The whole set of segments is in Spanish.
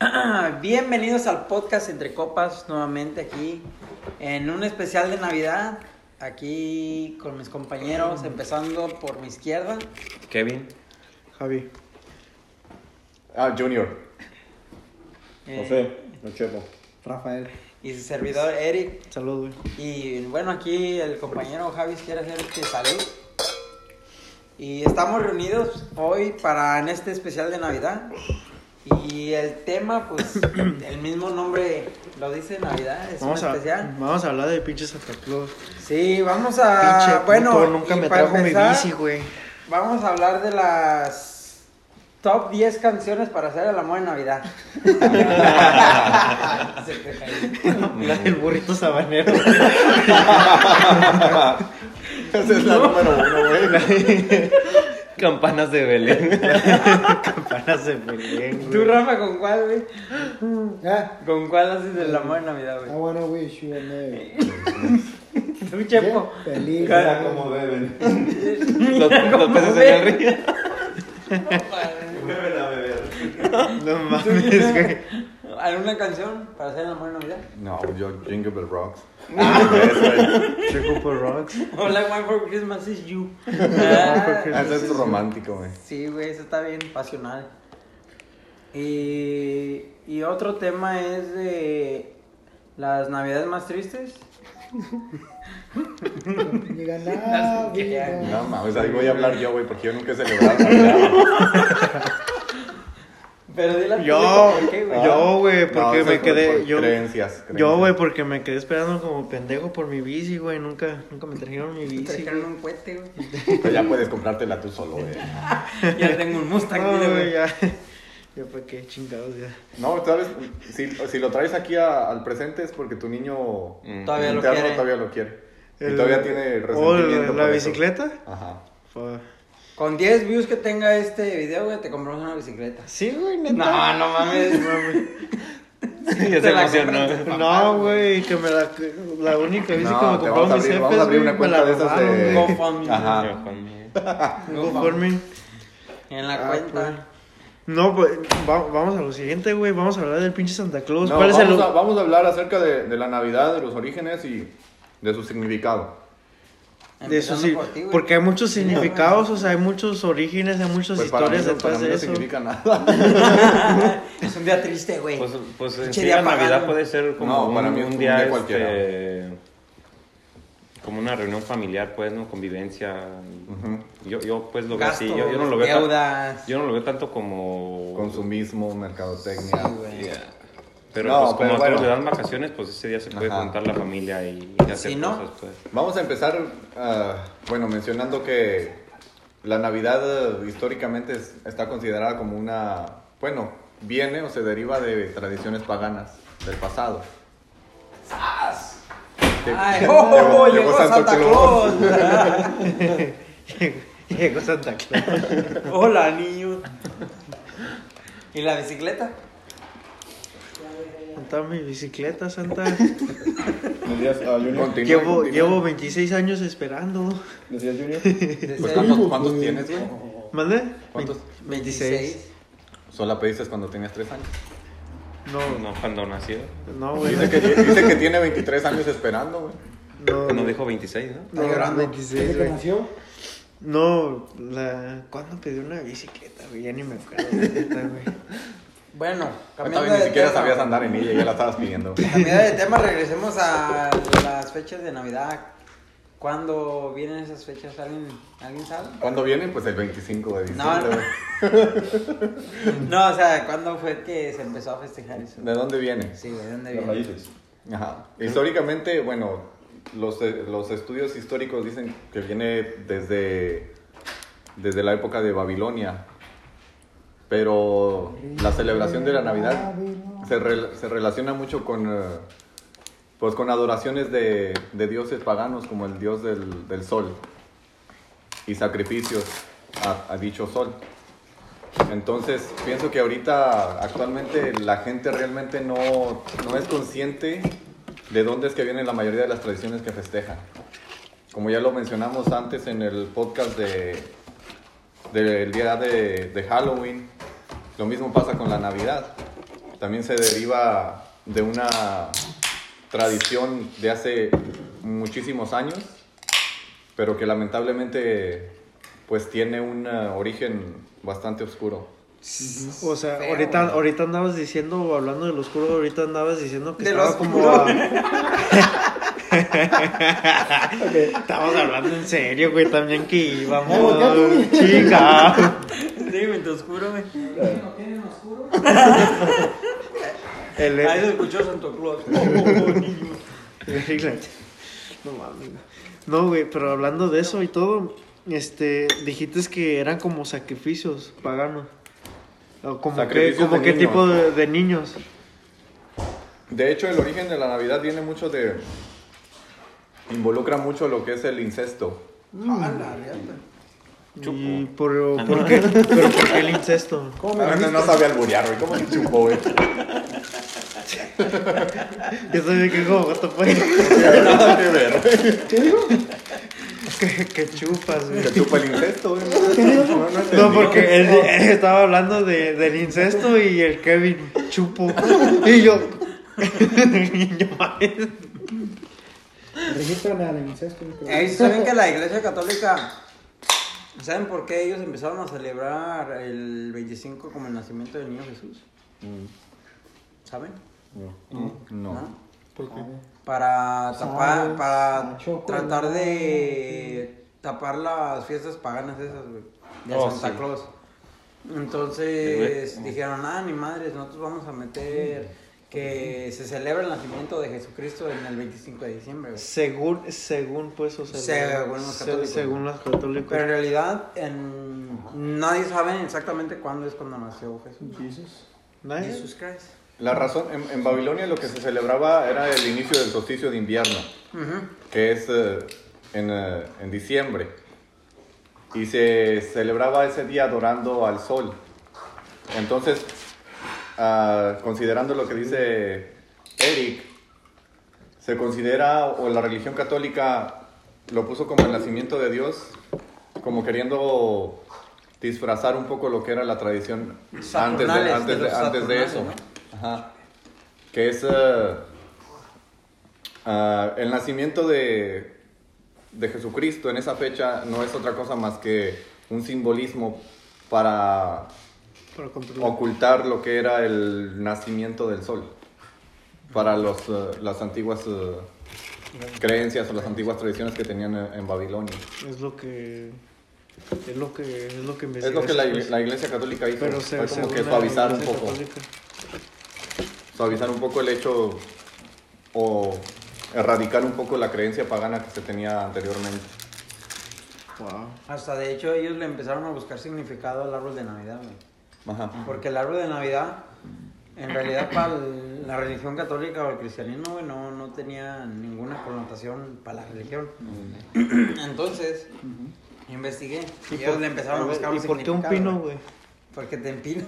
Ah, Bienvenidos al podcast Entre Copas, nuevamente aquí en un especial de Navidad, aquí con mis compañeros, empezando por mi izquierda. Kevin. Javi. Ah, Junior. eh, no chepo. Rafael. Y su servidor Eric. Salud, güey. Y bueno, aquí el compañero Javis quiere hacer que salud. Y estamos reunidos hoy para en este especial de Navidad. Y el tema, pues, el mismo nombre lo dice Navidad, es Vamos un a, especial. vamos a hablar de pinche Santa Claus. Sí, vamos a. pinche Ah, bueno, puto, nunca y me para trajo empezar, mi bici, güey. Vamos a hablar de las top 10 canciones para hacer el amor en Navidad. Se te cayó. La del burrito sabanero. Esa es la número uno, güey. Campanas de Belén. Campanas de Belén, ¿Tú, güey. Rafa, con cuál, güey? Ah, ¿Con cuál haces el amor en Navidad, I güey? wanna wish you a merry. Tú, Chepo. Ah, Bien, Feliz. Cara, como Los, los peces en el río. No mames, güey. ¿Alguna canción para hacer el amor en Navidad? No, yo Jingle Bell Rocks. Checo por rocks. All I want for Christmas is you. Ah, Ah, Ese es romántico, güey. Sí, güey, eso está bien pasional. Y, y otro tema es de las navidades más tristes. Llega Ah, No la vida. mames, ahí voy a hablar yo, güey, porque yo nunca he celebrado Navidad. Pero dile al Yo, público por qué, güey. yo, güey, No, porque eso me es por- quedé. por Yo, creencias, creencias. yo, güey, porque me quedé esperando como pendejo por mi bici, güey. Nunca, nunca me trajeron mi Te bici. trajeron güey. un cohete, güey. Pero ya puedes comprártela tú solo, güey. Ya tengo un Mustang, No, mira, güey, güey. ya. Ya, para qué chingados, ya. No, sabes, si, si lo traes aquí a- al presente es porque tu niño Mm. Todavía lo interno quiere. todavía lo quiere. El- y todavía tiene Oh, resentimiento. la, la por eso. bicicleta. Ajá. Fue- Con 10 views que tenga este video, güey, te compramos una bicicleta. Sí, güey, neta. No, no mames. Ya se Te la emocionó. compraste. No, güey, que me la, la única bici No, que me te vamos a compraron mis abrir- jefes, vamos a güey, abrir una me cuenta la de esas robaron, de- güey. GoFundMe. Ajá. GoFundMe. En la Ah, cuenta. No, pues, va- vamos a lo siguiente, güey, vamos a hablar del pinche Santa Claus. Pues, No, ¿Cuál es vamos, el...? a, vamos a hablar acerca de, de la Navidad, de los orígenes y de su significado. De eso sí, Empezando por ti, güey. porque hay muchos Sí, güey. significados, o sea, hay muchos orígenes, hay muchas Pues para mí, historias no- detrás para mí de no eso. significa nada. Es un día triste, güey. Pues, pues en Pinche sí, día la Navidad pagano. puede ser como No, un, para mí es un un día, día cualquiera. este, como una reunión familiar, pues, ¿no? Convivencia. yo, yo, pues, lo veo así. Yo, yo no lo veo tan- deudas. yo no lo veo tanto como... Consumismo, mercadotecnia. Sí, güey. Pero No, pues, como pero a todos bueno. le dan vacaciones, pues ese día se puede Ajá. juntar la familia y, y hacer Si no- cosas, pues. Vamos a empezar, ah, bueno, mencionando que la Navidad eh, históricamente es- está considerada como una, bueno, viene o se deriva de tradiciones paganas del pasado. ¡Sas! Ay, oh, llegó Santa Claus. Llegó Santa Claus. Hola, niño. ¿Y la bicicleta? Santa, mi bicicleta, Santa. Continúa, Llevo, continúa. llevo 26 años esperando. ¿Decías Junior? Pues, Desde ¿cuántos, cuántos tienes, güey? ¿Mande? ¿Cuántos? 26. Solo pediste cuando tenías 3 años. No, No, cuando nació. no, güey. Dice que, dice que tiene 23 años esperando, güey. No, Cuando dijo 26, ¿no? Está llorando. 26, que güey. nació? No, la... ¿cuándo pedí una bicicleta, güey? Ya ni me acuerdo, neta, güey. Bueno, Ahorita cambiando ni de siquiera tema. sabías andar en ella, ya la estabas pidiendo. güey. Cambiando de tema, regresemos a las fechas de Navidad. ¿Cuándo vienen esas fechas? ¿Alguien, ¿alguien sabe? ¿Cuándo viene? Pues el 25 de No, diciembre. no. No, o sea, ¿cuándo fue que se empezó a festejar eso? güey. ¿De dónde viene? Sí, güey, ¿de dónde viene? Ajá. Históricamente, bueno, los, eh, los estudios históricos dicen que viene desde, desde la época de Babilonia. Pero la celebración de la Navidad se, rel- se relaciona mucho con, eh, pues con adoraciones de, de dioses paganos como el dios del, del sol y sacrificios a, a dicho sol. Entonces, pienso que ahorita, actualmente, la gente realmente no, no es consciente de dónde es que vienen la mayoría de las tradiciones que festejan. Como ya lo mencionamos antes en el podcast de, del día de, de Halloween, lo mismo pasa con la Navidad. también se deriva de una tradición de hace muchísimos años, pero que lamentablemente pues tiene un eh, origen bastante oscuro. O sea, Feo, ahorita, güey. ahorita andabas diciendo, o hablando del oscuro, ahorita andabas diciendo que De lo estaba como oscuro. a- Estábamos hablando en serio, güey, también que íbamos. Ya, güey. Chica. Dime, te oscuro, güey. El, Ahí se escuchó Santo Claus. Arréglate. No mames. güey. No, güey, pero hablando de eso y todo, este, dijiste que eran como sacrificios paganos. O como que, Sacrificios como de qué niños. tipo de, de niños. De hecho, el origen de la Navidad viene mucho de... involucra mucho lo que es el incesto. Ah, la reata. Y por, Ah, ¿por no. qué? pero ¿por qué el incesto? ¿Cómo me No, no, no dijiste? sabía alburear, güey. ¿Cómo se chupó, güey? Yo sabía que como what the fuck. Nada que ver. ¿Qué digo? Que, que chupas, güey. Se chupa el incesto, güey. No, no No, entendí. porque él, él estaba hablando de, del incesto y el Kevin chupo. Y yo. y yo mames. Regístrame al incesto. Ey, ¿Saben que la iglesia católica, ¿saben por qué ellos empezaron a celebrar el 25 como el nacimiento del niño Jesús? Mm. ¿Saben? No. ¿No? Para tapar, Sabes, para Nacho, tratar colgado, de tapar las fiestas paganas esas, güey, de Oh, Santa sí. Claus. Entonces dijeron, ah, ni madres, nosotros vamos a meter que se celebra el nacimiento de Jesucristo en el 25 de diciembre, güey. Según, según pues, o sea, Según los se- católicos. según los católicos. Pero en realidad, en- nadie sabe exactamente cuándo es cuando nació Jesús. Nadie- Jesús Christ. La razón, en, en Babilonia lo que se celebraba era el inicio del solsticio de invierno, Ujú. que es eh, en, eh, en diciembre. Y se celebraba ese día adorando al sol. Entonces, ah, considerando lo que dice Eric, se considera, o la religión católica lo puso como el nacimiento de Dios, como queriendo disfrazar un poco lo que era la tradición antes de, Saturnales, antes de de- los antes de saturnales, eso. Ajá. Que es eh, ah, el nacimiento de, de Jesucristo en esa fecha no es otra cosa más que un simbolismo para para controlar. ocultar lo que era el nacimiento del sol para los, eh, las antiguas eh, creencias o las antiguas tradiciones que tenían en, en Babilonia. Es lo que. Es lo que. Es lo que Es lo que la, investigas, la iglesia católica hizo, Pero fue se, como según que la suavizar un Iglesia poco, Católica. suavizar un poco el hecho o erradicar un poco la creencia pagana que se tenía anteriormente. Wow. Hasta de hecho ellos le empezaron a buscar significado al árbol de Navidad, güey. Ajá. Porque el árbol de Navidad, en realidad para el- la religión católica o el cristianismo, güey, no, no tenía ninguna connotación para la religión. Entonces, investigué. Y ellos le empezaron a ver, buscar ¿Y por qué un significado, pino, güey? Porque te empino.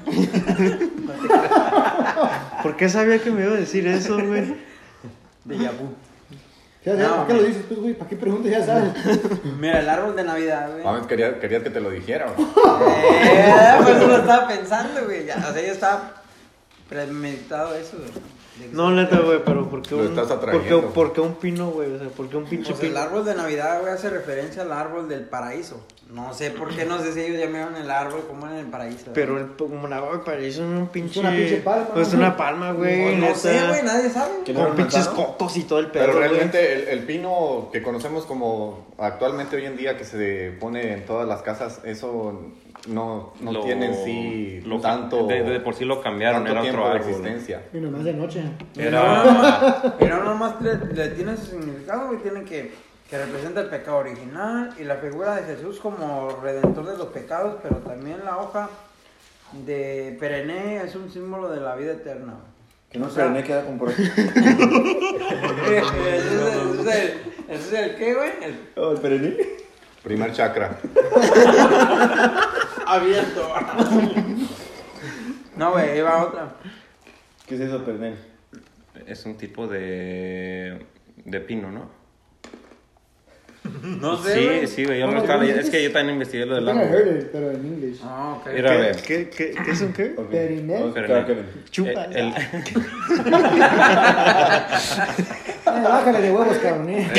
¿Por qué sabía que me iba a decir eso, güey? De Yabu. Ya sabes, No, ¿Para qué lo güey. dices tú, Pues, güey? ¿Para qué preguntas? Ya sabes. Mira, el árbol de Navidad, güey. Mames, quería, querías que te lo dijera. güey. Eh, por eso lo estaba pensando, güey. Ya, o sea, yo estaba premeditado eso, güey. De que- No, neta, güey, pero ¿por qué Lo un. estás por qué- atrayendo. por qué un pino, güey? O sea, ¿por qué un pinche Pues el pino? árbol de Navidad, güey, hace referencia al árbol del paraíso. No sé por qué, no sé si ellos llamaron el árbol como en el paraíso. Pero el, como la güey, parece un pinche. una pinche palma, Pues ¿no? una palma, güey. Pues no sé, neta. güey, nadie sabe. Que no Con era pinches manzano. cocos y todo el pedo. Pero güey. realmente el, el pino que conocemos como actualmente hoy en día que se pone en todas las casas, eso no, no Lo- tiene en sí lo- tanto, De, de por sí lo cambiaron, tanto era tiempo otro de árbol. existencia. Y nomás de noche. Era. Pero nomás le, le tiene su significado, güey, tiene que, que representa el pecado original y la figura de Jesús como redentor de los pecados, pero también la hoja de perenne es un símbolo de la vida eterna. güey. Que no se me queda con por Ese es el- ese es el- ese es el qué, güey? El ¿El perenil? Primer chakra. abierto. No, güey, ahí va otra. ¿Qué es eso, perenil? Es un tipo de. de pino, ¿no? No sé, Sí, güey. sí, güey, yo No, lo no, estaba no, leyendo. no, Es que yo también investigué lo I del think I lago. heard güey. it, pero en inglés. Ah, ok. Mira, Ok. ve. ¿Qué, qué, ¿Qué es un qué? Ok. Perimet. Ok. Claro que no. Chupa. Eh, El- el- Ah, Ay, Bájale de huevos, cabrón. eh.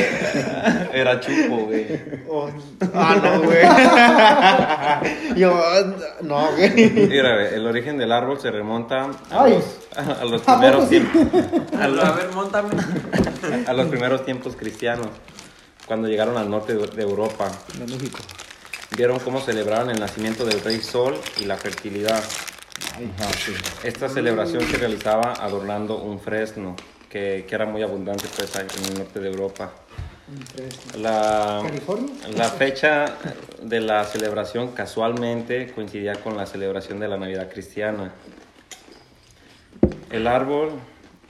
Era chupo, güey. Oh, ah, no, güey. Yo, ah, no, güey. Mira, güey, el origen del árbol se remonta a Ay. los, a los ¿A poco primeros sí? tiempos. A los- A ver, montame. a los primeros tiempos cristianos, cuando llegaron al norte de de Europa. Vieron cómo celebraron el nacimiento del rey Sol y la fertilidad. Esta celebración se realizaba adornando un fresno, que, que era muy abundante pues, ahí en el norte de Europa. La, ¿California? la fecha de la celebración casualmente coincidía con la celebración de la Navidad cristiana. El árbol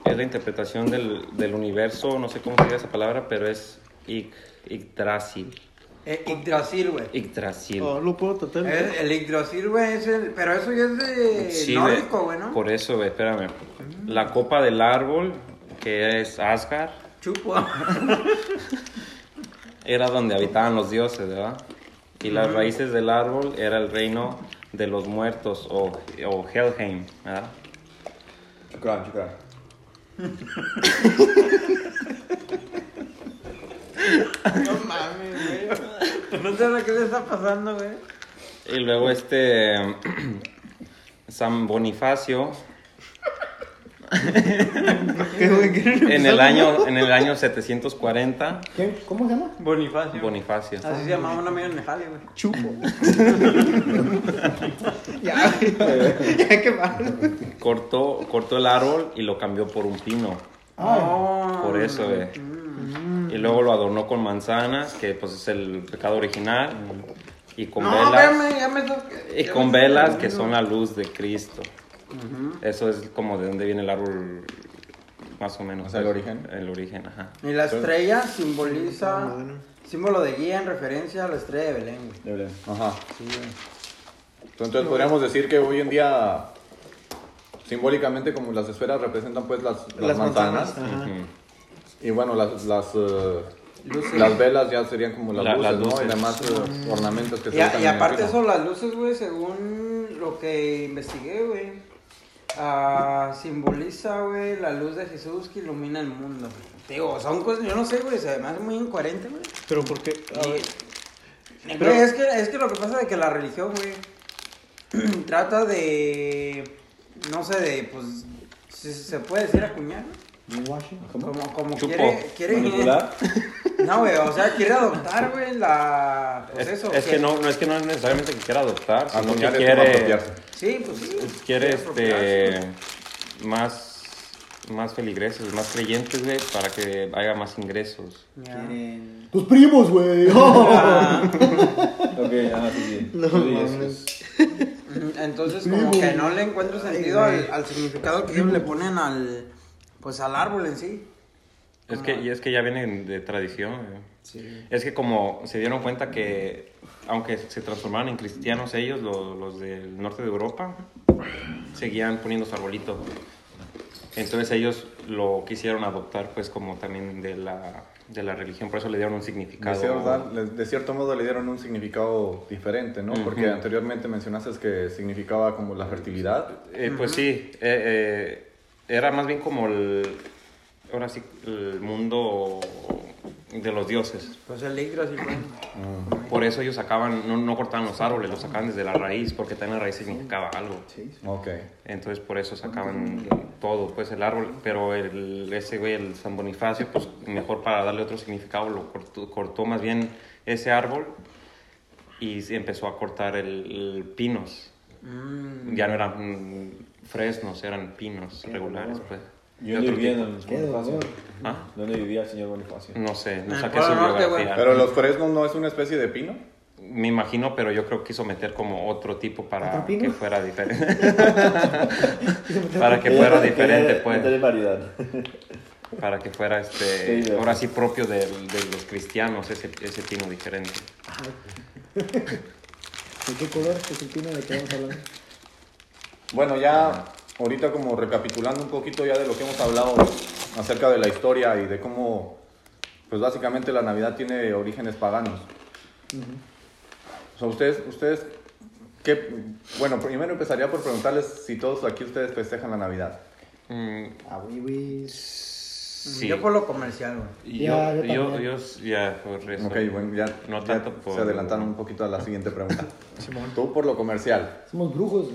es la interpretación del, del universo, no sé cómo se diga esa palabra, pero es ic, Yggdrasil. Eh, Yggdrasil, güey. Yggdrasil. No, Oh, lo puedo tratar. Es- El Yggdrasil, güey, es el... Pero eso ya es de Sí, güey. eh, nórdico, güey, ¿no? Por eso, güey, espérame. La copa del árbol, que es Asgard, Chupo. era donde habitaban los dioses, ¿verdad? Y las raíces del árbol era el reino de los muertos o, o Helheim, ¿verdad? Chucrán, chucrán. No mames, güey. No sé lo que le está pasando, güey. Y luego este San Bonifacio ¿Qué, güey? ¿Qué? en el año en el año 740 ¿Quién? ¿Cómo se llama? Bonifacio. Bonifacio. Así se llamaba una amiga en Mejale, güey. Chupo. ya, güey. Ya, qué mal. cortó cortó el árbol y lo cambió por un pino. Ah, Oh. Por eso, güey. Mm. Y luego lo adornó con manzanas, que pues es el pecado original, y con No, velas espérame, ya me to- y ya con me- velas que son la luz de Cristo. Eso es como de donde viene el árbol más o menos. O sea, el pues, origen. El origen, ajá. Y la estrella simboliza No, bueno. símbolo de guía en referencia a la estrella de Belén, güey. de verdad. Ajá. Entonces podríamos decir que hoy en día, simbólicamente como las esferas representan pues las, las manzanas, Ah, Ajá. Ujú. y bueno, las, las, eh, Luces. las velas ya serían como las, La- luces, las ¿no? Y luces. demás eh, ornamentos que se Y, a- usan y en el aparte reino. eso, las luces, güey, según lo que investigué, güey, ah, simboliza, güey, la luz de Jesús que ilumina el mundo. Te Digo, son cosas, yo no sé, güey, además es muy incoherente, güey. Pero ¿por qué? A ver. Güey, Pero- es, que, es que lo que pasa es que la religión, güey, trata de, no sé, de, pues, si se puede decir acuñar, güey. Greenwashing. ¿Cómo? como, como Chupo. quiere, quiere Manipular. No, güey, o sea, quiere adoptar, güey, la... Pues Es, eso. es que no, no es que no es necesariamente que quiera adoptar, sino que Acuñar es como quiere, apropiarse. Sí, pues sí. quiere apropiarse, este, güey. más, más feligreses, más creyentes, güey, para que haya más ingresos. Ya. Tus primos, güey. Ah, Ok, ah, sí, sí. No Sí, mames. es- entonces como que no le encuentro sentido Ay, al, al significado que ellos le ponen al... Pues al árbol en sí. Es que, y es que ya vienen de tradición, güey. Es que como se dieron cuenta que, aunque se transformaron en cristianos ellos, lo- los del norte de Europa, seguían poniendo su arbolito. Entonces ellos lo quisieron adoptar pues como también de la, de la religión, por eso le dieron un De significado. cierto, le- de cierto modo le dieron un significado diferente, ¿no? Porque Ujú. anteriormente mencionaste que significaba como la fertilidad. Eh, pues sí, eh, eh, era más bien como el, ahora sí, el mundo de los dioses. Pues el ligro así fue. Por eso ellos sacaban, no, no cortaban los árboles, los sacaban desde la raíz, porque también la raíz significaba algo. Ok. Entonces por eso sacaban todo, pues el árbol, pero el, ese güey, el San Bonifacio, pues mejor para darle otro significado, lo cortó, cortó más bien ese árbol y se empezó a cortar el, el pinos. Mm. Ya no eran mm, fresnos, eran pinos regulares, pues. Yo De no otro vivía en tipo. el Qué dolor. ¿Ah? ¿Dónde vivía el señor Bonifacio? No sé, no En el saqué su Polo Norte, güey. biografía. Pero los fresnos no es una especie de pino. Me imagino, pero yo creo que quiso meter como otro tipo para ¿Otro pino? que fuera diferente. para que fuera diferente, De pues. variedad. Para que fuera, este, Sí, ya. ahora sí propio de, de los cristianos, ese, ese pino diferente. ¿De qué color es el pino de que vamos hablando? Bueno, ya ahorita como recapitulando un poquito ya de lo que hemos hablado acerca de la historia y de cómo pues básicamente la Navidad tiene orígenes paganos. O sea, ustedes, ustedes, ¿qué? Bueno, primero empezaría por preguntarles si todos aquí ustedes festejan la Navidad. Mm, Ah, güey, güey. sí. Yo por lo comercial, güey. Y Ya, yo, yo yo, también. yo- ya, por eso. Ok, bueno, ya, No ya tanto por- se adelantaron un poquito a la siguiente pregunta. Tú por lo comercial. Somos brujos.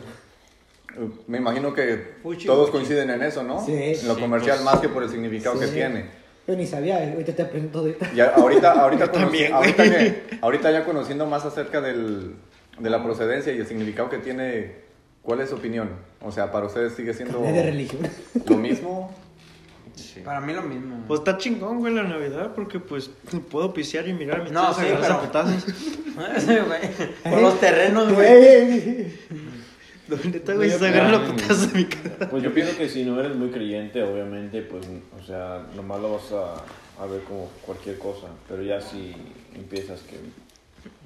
güey. Eh, Me imagino que Puchi, todos puchi. coinciden en eso, ¿no? Sí. En lo Sí, comercial pues, más que por el significado que sí. tiene. Yo ni sabía, güey. ahorita te aprendo ahorita. Y a- ahorita, ahorita, conoci- también, güey. ahorita, que- ahorita ya conociendo más acerca del, de la procedencia y el significado que tiene, ¿cuál es su opinión? O sea, para ustedes sigue siendo Es de religión. lo mismo. Sí. Para mí lo mismo. Pues está chingón, güey, la Navidad, porque pues puedo pisear y mirar a mis No, tíos sí, agarrarse a pero- putazos. Sí, güey. Por los terrenos, güey. Güey. ¿Dónde está, güey? Yo Se agarran a creo- putazos de mi cara. Pues yo pienso que si no eres muy creyente, obviamente, pues, o sea, nomás lo vas a, a ver como cualquier cosa. Pero ya si empiezas que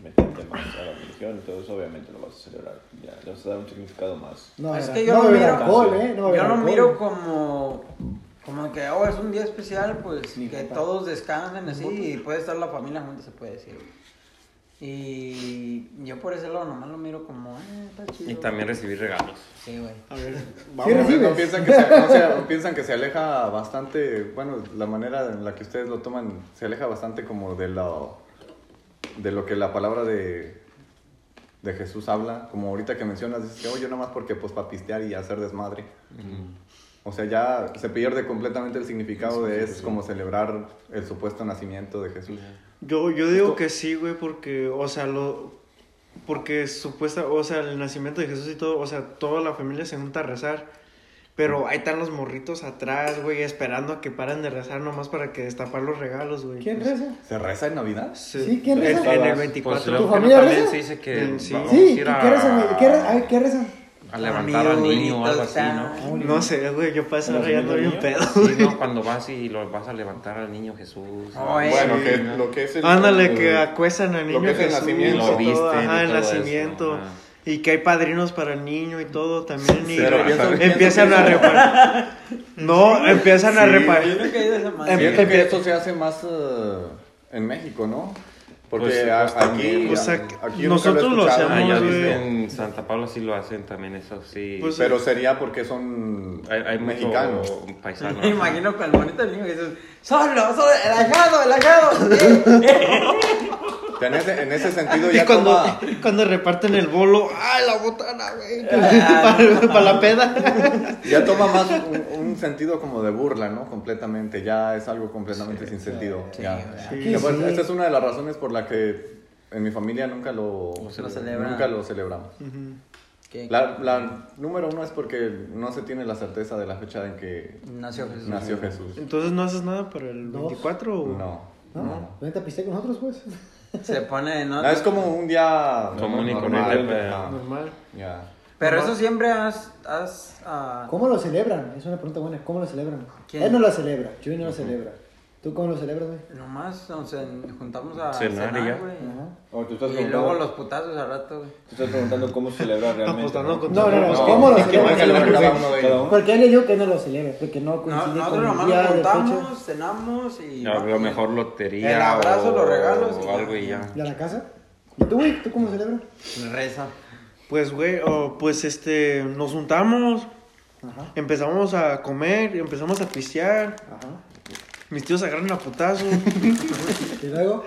meterte más a la religión, entonces obviamente lo vas a celebrar. Ya le vas a dar un significado más. No, Es era- que yo no lo bebé miro- alcohol, ¿eh? No bebé Yo lo alcohol. miro como. Como que, oh, es un día especial, pues Ni que papá. todos descansen así y puede estar la familia junta, se puede decir. güey. Y yo por ese lado nomás lo miro como, eh, está chido. Y también recibí regalos. Sí, güey. A ver, ¿Qué ¿No recibes? piensan, que se, no se- no piensan que se aleja bastante, bueno, la manera en la que ustedes lo toman, se aleja bastante como de lo, de lo que la palabra de, de Jesús habla? Como ahorita que mencionas, dices que, oye, nada más porque pues para pistear y hacer desmadre. O sea, ya se pierde completamente el significado de es como celebrar el supuesto nacimiento de Jesús. yo, yo digo que sí, güey, porque, o sea, lo... Porque supuesta, o sea, el nacimiento de Jesús y todo, o sea, toda la familia se junta a rezar. Pero ahí están los morritos atrás, güey, esperando a que paren de rezar nomás para que destapar los regalos, güey. Pues, ¿Quién reza? ¿Se reza en Navidad? Sí, Sí, ¿quién en, reza? en el Pues, 24. Pues luego ¿Tu que no, familia también reza? se dice que Sí. vamos Sí, a ir ¿qué a, rezan? güey? ¿Qué re- ay, ¿Qué rezan? a levantar al niño o algo así, ¿no? No sé, güey, yo paso ¿Pero rayando si no bien tenía? pedo. Sí, no, cuando vas y lo vas a levantar al niño Jesús. Oh, eh. Bueno, Sí. que lo que es el... Ándale, que acuesan al niño lo que es el Jesús nacimiento. y Lo todo, visten y ajá, el todo eso, Ah. nacimiento. ajá. Y que hay padrinos para el niño y todo también. Y Pero pienso- pienso empiezan que a eso- reparar. No, empiezan a Yo reparar. nunca he ido a esa madre. Em- Siento que esto se hace más eh, en México, ¿no? Porque Pues, a- pues, aquí, también. O sea, aquí nunca nosotros he lo escuchado. Ah, ya hacemos, visto. güey. en Santa Paula sí lo hacen también, eso sí. Pues, Pero sería porque son hay, hay mucho mexicanos. paisano. Me imagino con el monito del niño que dices, solo, solo, el ajado, el ajado. Eh, O sea, En, ese, en ese sentido Y ya cuando, toma- cuando reparten el bolo, ¡ay, la botana, güey! para, para la peda. Ya toma más un, un sentido como de burla, ¿no? Completamente, ya es algo completamente sin sentido. ya. Sí. Que, bueno, Sí. Esta es una de las razones por la que en mi familia nunca lo, Lo celebran. nunca lo celebramos. ¿Qué? La, la número uno es porque no se tiene la certeza de la fecha en que Nació Jesús. nació Jesús. Entonces, ¿no haces nada para el No. 24 o...? No, No, no. vente a pistear con nosotros, pues. Se pone, ¿no? No, es como un día Común y normal, corriente, pero- ajá, Normal. ya. Pero eso siempre has, has ah, ¿Cómo lo celebran? Es una pregunta buena. ¿Cómo lo celebran? ¿Quién? Él no lo celebra. Chuy no lo celebra. ¿Tú cómo lo celebras, güey? Nomás nos en- juntamos a Cenar y ya. Pues cenar, güey. Ajá. O tú estás Y luego preguntando, los putazos al rato, güey. tú estás preguntando cómo celebrar realmente. Apostando ¿no? con- No, no, no. Pues, ¿Cómo lo es que celebran? marca el Celebran. marca cada uno de Cada ellos. uno. Porque él leyó que no lo celebra, porque no No, coincide nosotros con el nomás día nos de juntamos, fecha. cenamos y... pues, A lo mejor lotería. El abrazo, o- los regalos y O ya. algo y ya. ¿Y a la casa? ¿Y tú, güey? ¿Tú cómo celebras? Reza. Pues, güey, oh, pues, este, nos juntamos, Ajá. empezamos a comer, empezamos a pistear, Ajá. mis tíos agarran a putazo, Y luego,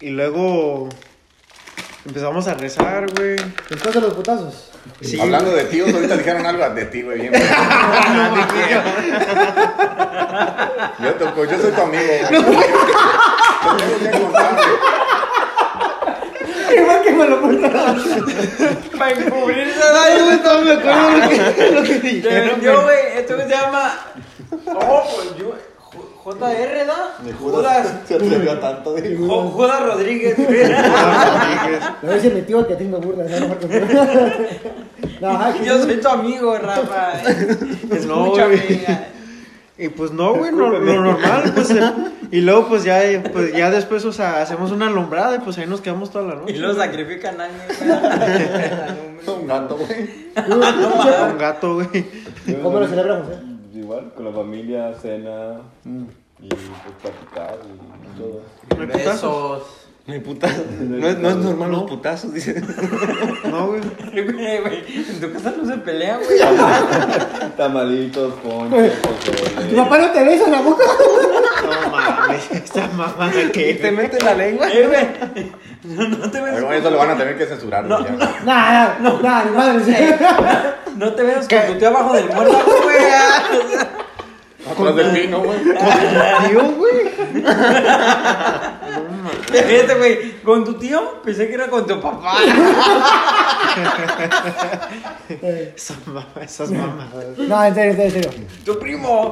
y luego empezamos a rezar, güey. después de los putazos. Sí, Hablando de tíos, ahorita dijeron algo de ti, güey. Bien, güey. yo, te- yo soy tu amigo, güey. Te tengo que contar, güey. Igual que me lo portaron. Para encubrirse, güey. no me acuerdo lo que, lo que Te dijeron, vendió, güey. güey. Esto que se llama... Oh, pues yo... Ju- JR, ¿da? Judas. Se atrevió a tanto, güey. Jo- Judas Rodríguez, güey. A ver si mi tío que a ti me burla, no mejor que No, ajá, Yo soy tu amigo, Rafa. No, Escúchame. güey. Y pues no, güey, no- lo, normal, pues, eh, y luego, pues, ya, eh, pues, ya después, o sea, hacemos una alumbrada y, pues, ahí nos quedamos toda la Y noche. lo sacrifican a alguien, güey. Un gato, güey. Con gato, güey. Yo ¿Cómo lo eh? también- pues, celebra José? Igual, con la familia, cena, y pues platicar y todo. ¿No hay putazos? Besos. No hay putazos. No, es- no es normal los putazos, dice. No, güey. Güey, güey, en tu casa no se pelea, güey. Tamalitos, ponches, ¿Tu pozole. papá no te besa en la boca? No mames, esta mamada Y te que. mete la lengua. Eh, güey. No, no te Pero veas. eso lo van a tener que censurar. güey, ya. Nada, no, nada, mi madre. No te veas con tu tío abajo del muerto, güey. Atrás del pino, güey. Dios, güey. Fíjate, güey. Con tu tío pensé que era con tu papá. Eh, Esas mamadas, esas mamadas. No, en serio, en serio, en serio. Tu primo.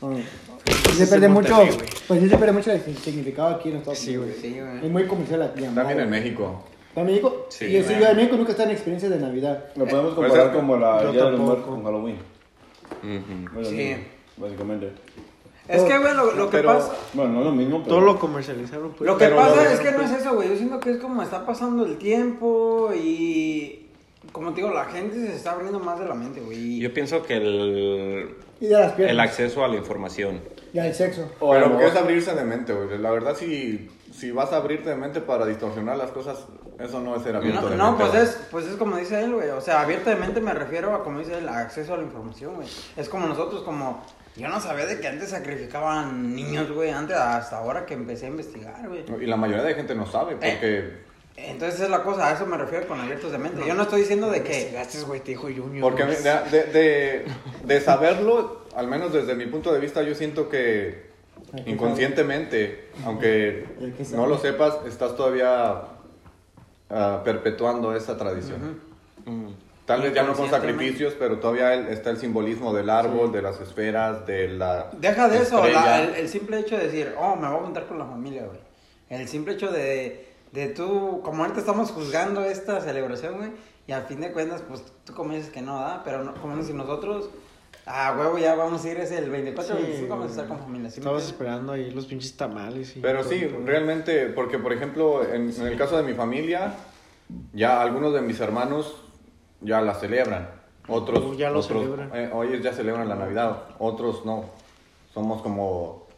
Sí se es pierde en mucho, Monterrey, güey. pues sí se pierde mucho el significado aquí en Estados Sí, Unidos. Sí, güey. Es muy comercial aquí. También en México. ¿También México? Sí, y en Ciudad de México nunca están en experiencias de Navidad. Lo podemos Pues comparar es- como la yo Día de los tampoco. Muertos con Halloween. Bueno, Sí. no, Básicamente. Es que, güey, lo, lo que Pero- pasa. Bueno, no es lo mismo, pero... Todo lo comercializaron, pues. Lo que Pero pasa lo- es que no es eso, güey. Yo siento que es como está pasando el tiempo y. Como te digo, la gente se está abriendo más de la mente, güey. Yo pienso que el, Y de las el piernas. acceso a la información. Y al sexo. O Pero no. que es abrirse de mente, güey. La verdad, si, si vas a abrirte de mente para distorsionar las cosas, eso no es ser abierto No, de no mente, pues, güey. es, pues es como dice él, güey. O sea, abiertamente me refiero a, como dice él, acceso a la información, güey. Es como nosotros, como... Yo no sabía de que antes sacrificaban niños, güey, antes hasta ahora que empecé a investigar, güey. Y la mayoría de gente no sabe, Eh. porque, Entonces es la cosa, a eso me refiero con abiertos de mente. Yo no estoy diciendo de que... Gracias, pues. güey, te dijo Junior. porque güey. de, de- de- de saberlo, al menos desde mi punto de vista, yo siento que inconscientemente, aunque El que sabe. no lo sepas, estás todavía ah, perpetuando esa tradición. Mm. Tal vez ya no con Inconscientemente. sacrificios, pero todavía el- está el simbolismo del árbol, de las esferas, de la. Deja de eso, la- estrella. el, el simple hecho de decir, oh, me voy a juntar con la familia, güey. El simple hecho de, de tú, como ahorita estamos juzgando esta celebración, güey, y al fin de cuentas, pues tú como dices que no, da, Pero no, como si nosotros, ah, huevo, ya vamos a ir, es el 24 Sí, 25, vamos a güey. estar con familia. ¿sí me Estabas entiendes? esperando ahí los pinches tamales. Y Pero todo, sí, todo. realmente, porque por ejemplo, en, en el caso de mi familia, ya algunos de mis hermanos ya la celebran. Otros. Oh, Ya lo otros- celebran. eh, hoy ya celebran la Navidad, otros no. Somos como.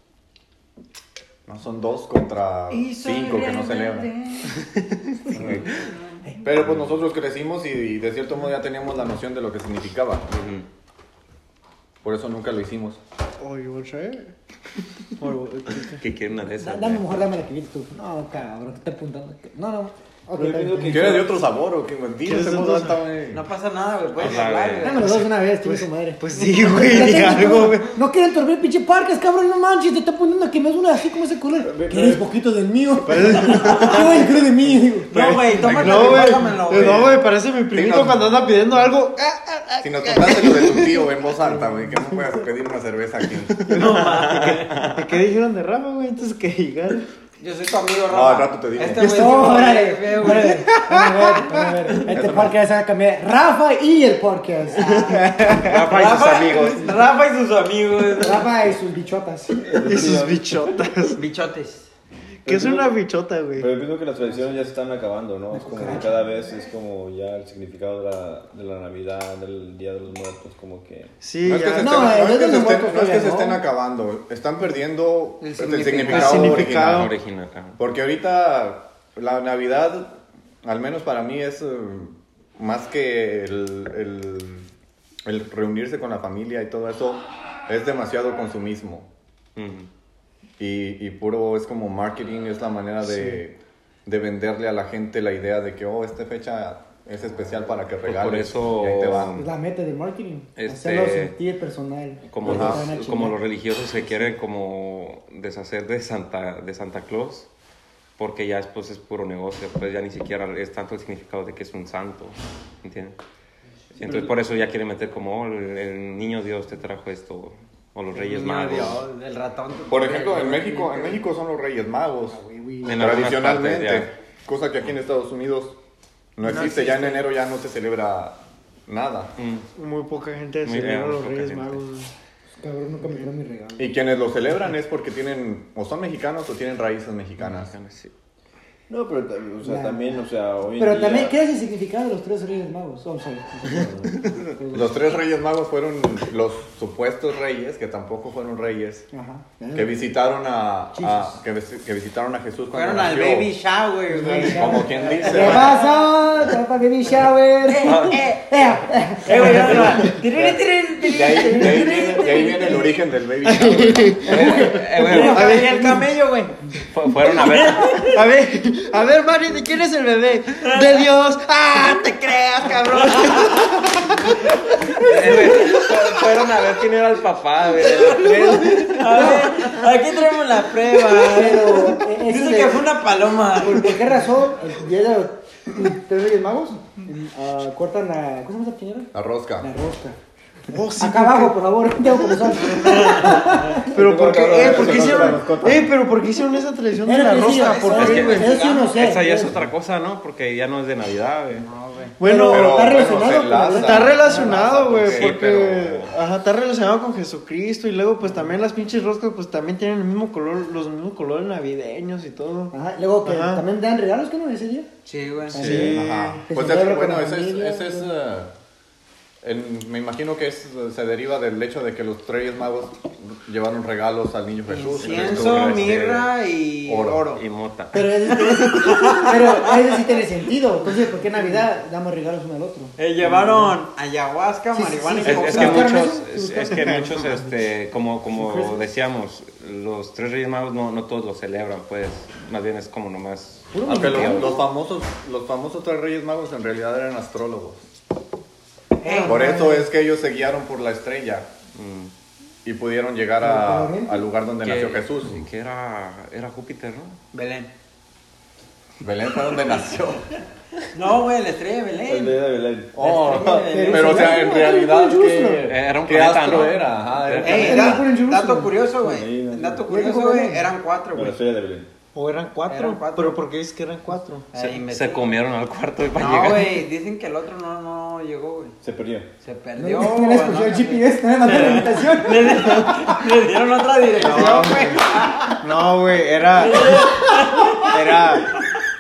No, son dos contra Y soy cinco que no celebran. rebelde. Pero pues nosotros crecimos y, y de cierto modo ya teníamos la noción de lo que significaba. Por eso nunca lo hicimos. Oh, you want to try it? Or- Que quieren una de Da- esas. Dame mejor, dame la que viene tú. No, cabrón, te estoy apuntando. No, no. Ok, Pero está yo creo bien. que- ¿Quieres de otro sabor o qué? Dime, ¿Quieres ese modo otra? está, güey. No pasa nada, güey, puedes Habla, hablar, güey. güey. Dame los dos una vez, tiene su madre. Pues sí, güey, di algo, güey. No quieren dormir pinche parques, cabrón, no manches, te está poniendo a que me es una así como ese color. ¿Quieres poquito del mío? ¿Qué voy a creer de mí? Digo, No, güey, tómate, No, güey. Pues pásamelo, güey. No, güey, parece mi primito Tengo- cuando anda pidiendo algo. Ah, Si nos contaste lo de tu tío en voz alta, güey, que no puedas pedir una cerveza aquí. ¿Y qué dijeron Ah, de Rafa, güey? Entonces que llegara. Yo soy tu amigo, No, Rafa. al rato te digo. Este Yo güey estoy, sí me órale, cae feo, güey. órale, vamos a ver, vamos a ver. Este podcast se va a cambiar. Rafa y el podcast. Rafa y sus amigos. Rafa y sus amigos. Rafa y sus bichotas. Y sus bichotas. Bichotes. ¿Qué es una bichota, Pero güey? yo pienso que las tradiciones ya se están acabando, ¿no? Es como que cada vez es como ya el significado de la, de la Navidad, del Día de los Muertos, como que... Sí, no es que se ya. estén, No, no eh, es yo que se tengo estén- muertos no es que todavía, se estén ¿no? acabando, están perdiendo El el significado, significado. El significado. original. Original. ajá. Porque ahorita la Navidad, al menos para mí, es eh, más que el, el- el reunirse con la familia y todo eso, es demasiado consumismo. Ujú. Y, y puro es como marketing, es la manera de, de venderle a la gente la idea de que, oh, esta fecha es especial para que regales. Pues eso- y ahí te van. Es la meta del marketing. Este- Hacerlo sentir personal. Como, Porque los, te van a como chingar. los religiosos se quieren como deshacer de Santa, de Santa Claus, porque ya después es puro negocio, pues ya ni siquiera es tanto el significado de que es un santo, ¿entiendes? Y Entonces por eso ya quieren meter como, "Oh, el, el niño Dios te trajo esto, o los reyes magos. Dios, El ratón. Por ejemplo, en México, en México son los Reyes Magos, En algunas tradicionalmente, partes, ya. cosa que aquí en Estados Unidos no existe, ya en enero ya no se celebra nada. Mm. Muy poca gente Muy celebra bien, los poca Reyes gente. Magos. güey. Cabrón, nunca me dieron mi regalo. Y quienes lo celebran es porque tienen, o son mexicanos o tienen raíces mexicanas. Sí. No, pero tam- o sea, Ya. también, o sea, hoy en Pero día- ah, también, ¿qué es el significado de los tres reyes magos? Oh, sorry. Los tres reyes magos fueron los supuestos reyes, que tampoco fueron reyes, Ajá. que visitaron a, a- que, visi- que visitaron a Jesús cuando Fueron al nació. baby shower, güey. Como quien ¿Qué dice. pasa? Tapa baby shower. eh. Eh, Eh, güey, no, no. Tirirín, tirirín, De ahí, tirirín. de ahí viene, de ahí viene el origen del baby shower. Eh, güey, a ver, el camello, güey. Fu- Fueron a ver, A ver, a ver, Mari, ¿de quién es el bebé? De Dios. ¡Ah! Te creas, cabrón. eh, güey, fu- fueron a ver quién era el papá, güey, de los tres. A ver, aquí traemos la prueba. Pero, eh, eso Dice de- que fue una paloma. ¿Por por qué razón el día de los tres reyes magos ah, cortan la. ¿Cómo se llama esa piñera? La La rosca. rosca. Oh, sí, Acá abajo, por favor, tengo que comenzar. Pero ¿por qué? Eh, ¿por qué Eso no hicieron? Eh, pero ¿por qué hicieron esa tradición de Era la que sí, rosca? ¿Por eso- qué, güey? Eso sí no sé. Esa ya es otra cosa, ¿no? Porque ya no es de Navidad, güey. Bueno, Pero está bueno, relacionado se con la- enlaza. Está relacionado, güey, Sí, porque pero- ajá, está relacionado con Jesucristo y luego pues también las pinches roscas pues también tienen el mismo color, los mismos colores navideños y todo. Ajá, y luego que Ajá. también dan regalos, ¿qué no? Ese día. Sí, güey. Sí. Ajá. Que Pues se es- celebra bueno, con ese es, familia, ese es, güey. eh, en- me imagino que es, eh, se deriva del hecho de que los reyes magos llevaron regalos al niño Jesús. Incienso, mirra y Oro. oro. Y mota. Pero ese, ese- pero ese sí tiene sentido. Entonces, ¿por qué Navidad damos regalos uno al otro? Eh, llevaron ayahuasca, Sí, sí, marihuana sí. y Es, coca. es que ¿Buscaron muchos, eso? es, ¿Buscaron? es que muchos, este, como, como decíamos, los tres Reyes Magos no, no todos los celebran, pues, más bien es como nomás. Puro Aunque los, mexicano. los famosos, los famosos tres reyes magos en realidad eran astrólogos. Eh, Por eso es que ellos se guiaron por la estrella mm, y pudieron llegar a- ¿Por qué? al lugar donde nació Jesús. Que era, era Júpiter, ¿no? Belén. Belén fue donde nació. No, güey, la estrella de El Belén. día de Belén. Oh, estrella de Belén. pero o sea, en realidad, ¿qué, Eh, era un qué planeta, astro ¿no? era? Ajá, era- Ey, Era Eh, era- mejor en Jerusalén. dato curioso, Sí, güey. no, Dato no. curioso, Bueno, güey. bueno. Eran cuatro, Pero güey. la estrella de Belén. O eran cuatro. Eran cuatro. Pero ¿por qué es que eran cuatro? Ahí Se, me- se comieron al cuarto de para No, llegar. güey. Dicen que el otro no, no llegó, güey. Se perdió. Se No, perdió. no le escuchó no, el GPS, no le mandó la invitación. Le, le- le dieron otra No, dirección, güey. No, güey, era era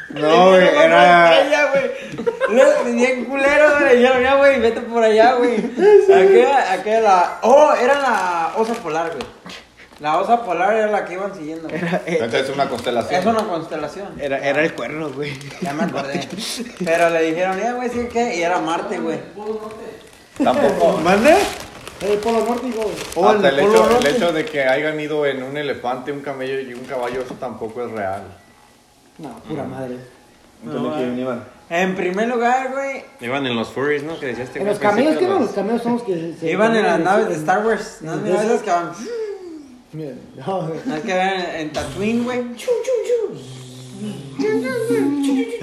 No, güey, era Estrella, güey. Le- Bien culero, güey. Le dijeron, ya, güey, vete por allá, güey. Aquella, aquella. Oh, era la osa polar, güey. La osa polar era la que iban siguiendo. güey. Entonces es una constelación. Es una constelación. era era el cuerno, güey. Ya me acordé. Pero le dijeron, ya, güey, sí, ¿qué? Y era Marte, güey. Tampoco. ¿Mande? En el Polo Norte, digo. O el Hasta el, Polo hecho, el Norte. hecho de que hayan ido en un elefante, un camello y un caballo, eso tampoco es real. No, pura madre. Entonces, ¿quién iban? En primer lugar, güey, Iban en los furries, ¿no? Que decías este En güey los al camellos, ¿qué principio, no? Los los- camellos son los que se. iban en las se- naves de Star Wars. ¿No has mirado esas que van? Mira, No, güey. No es que van en, en Tatooine, güey.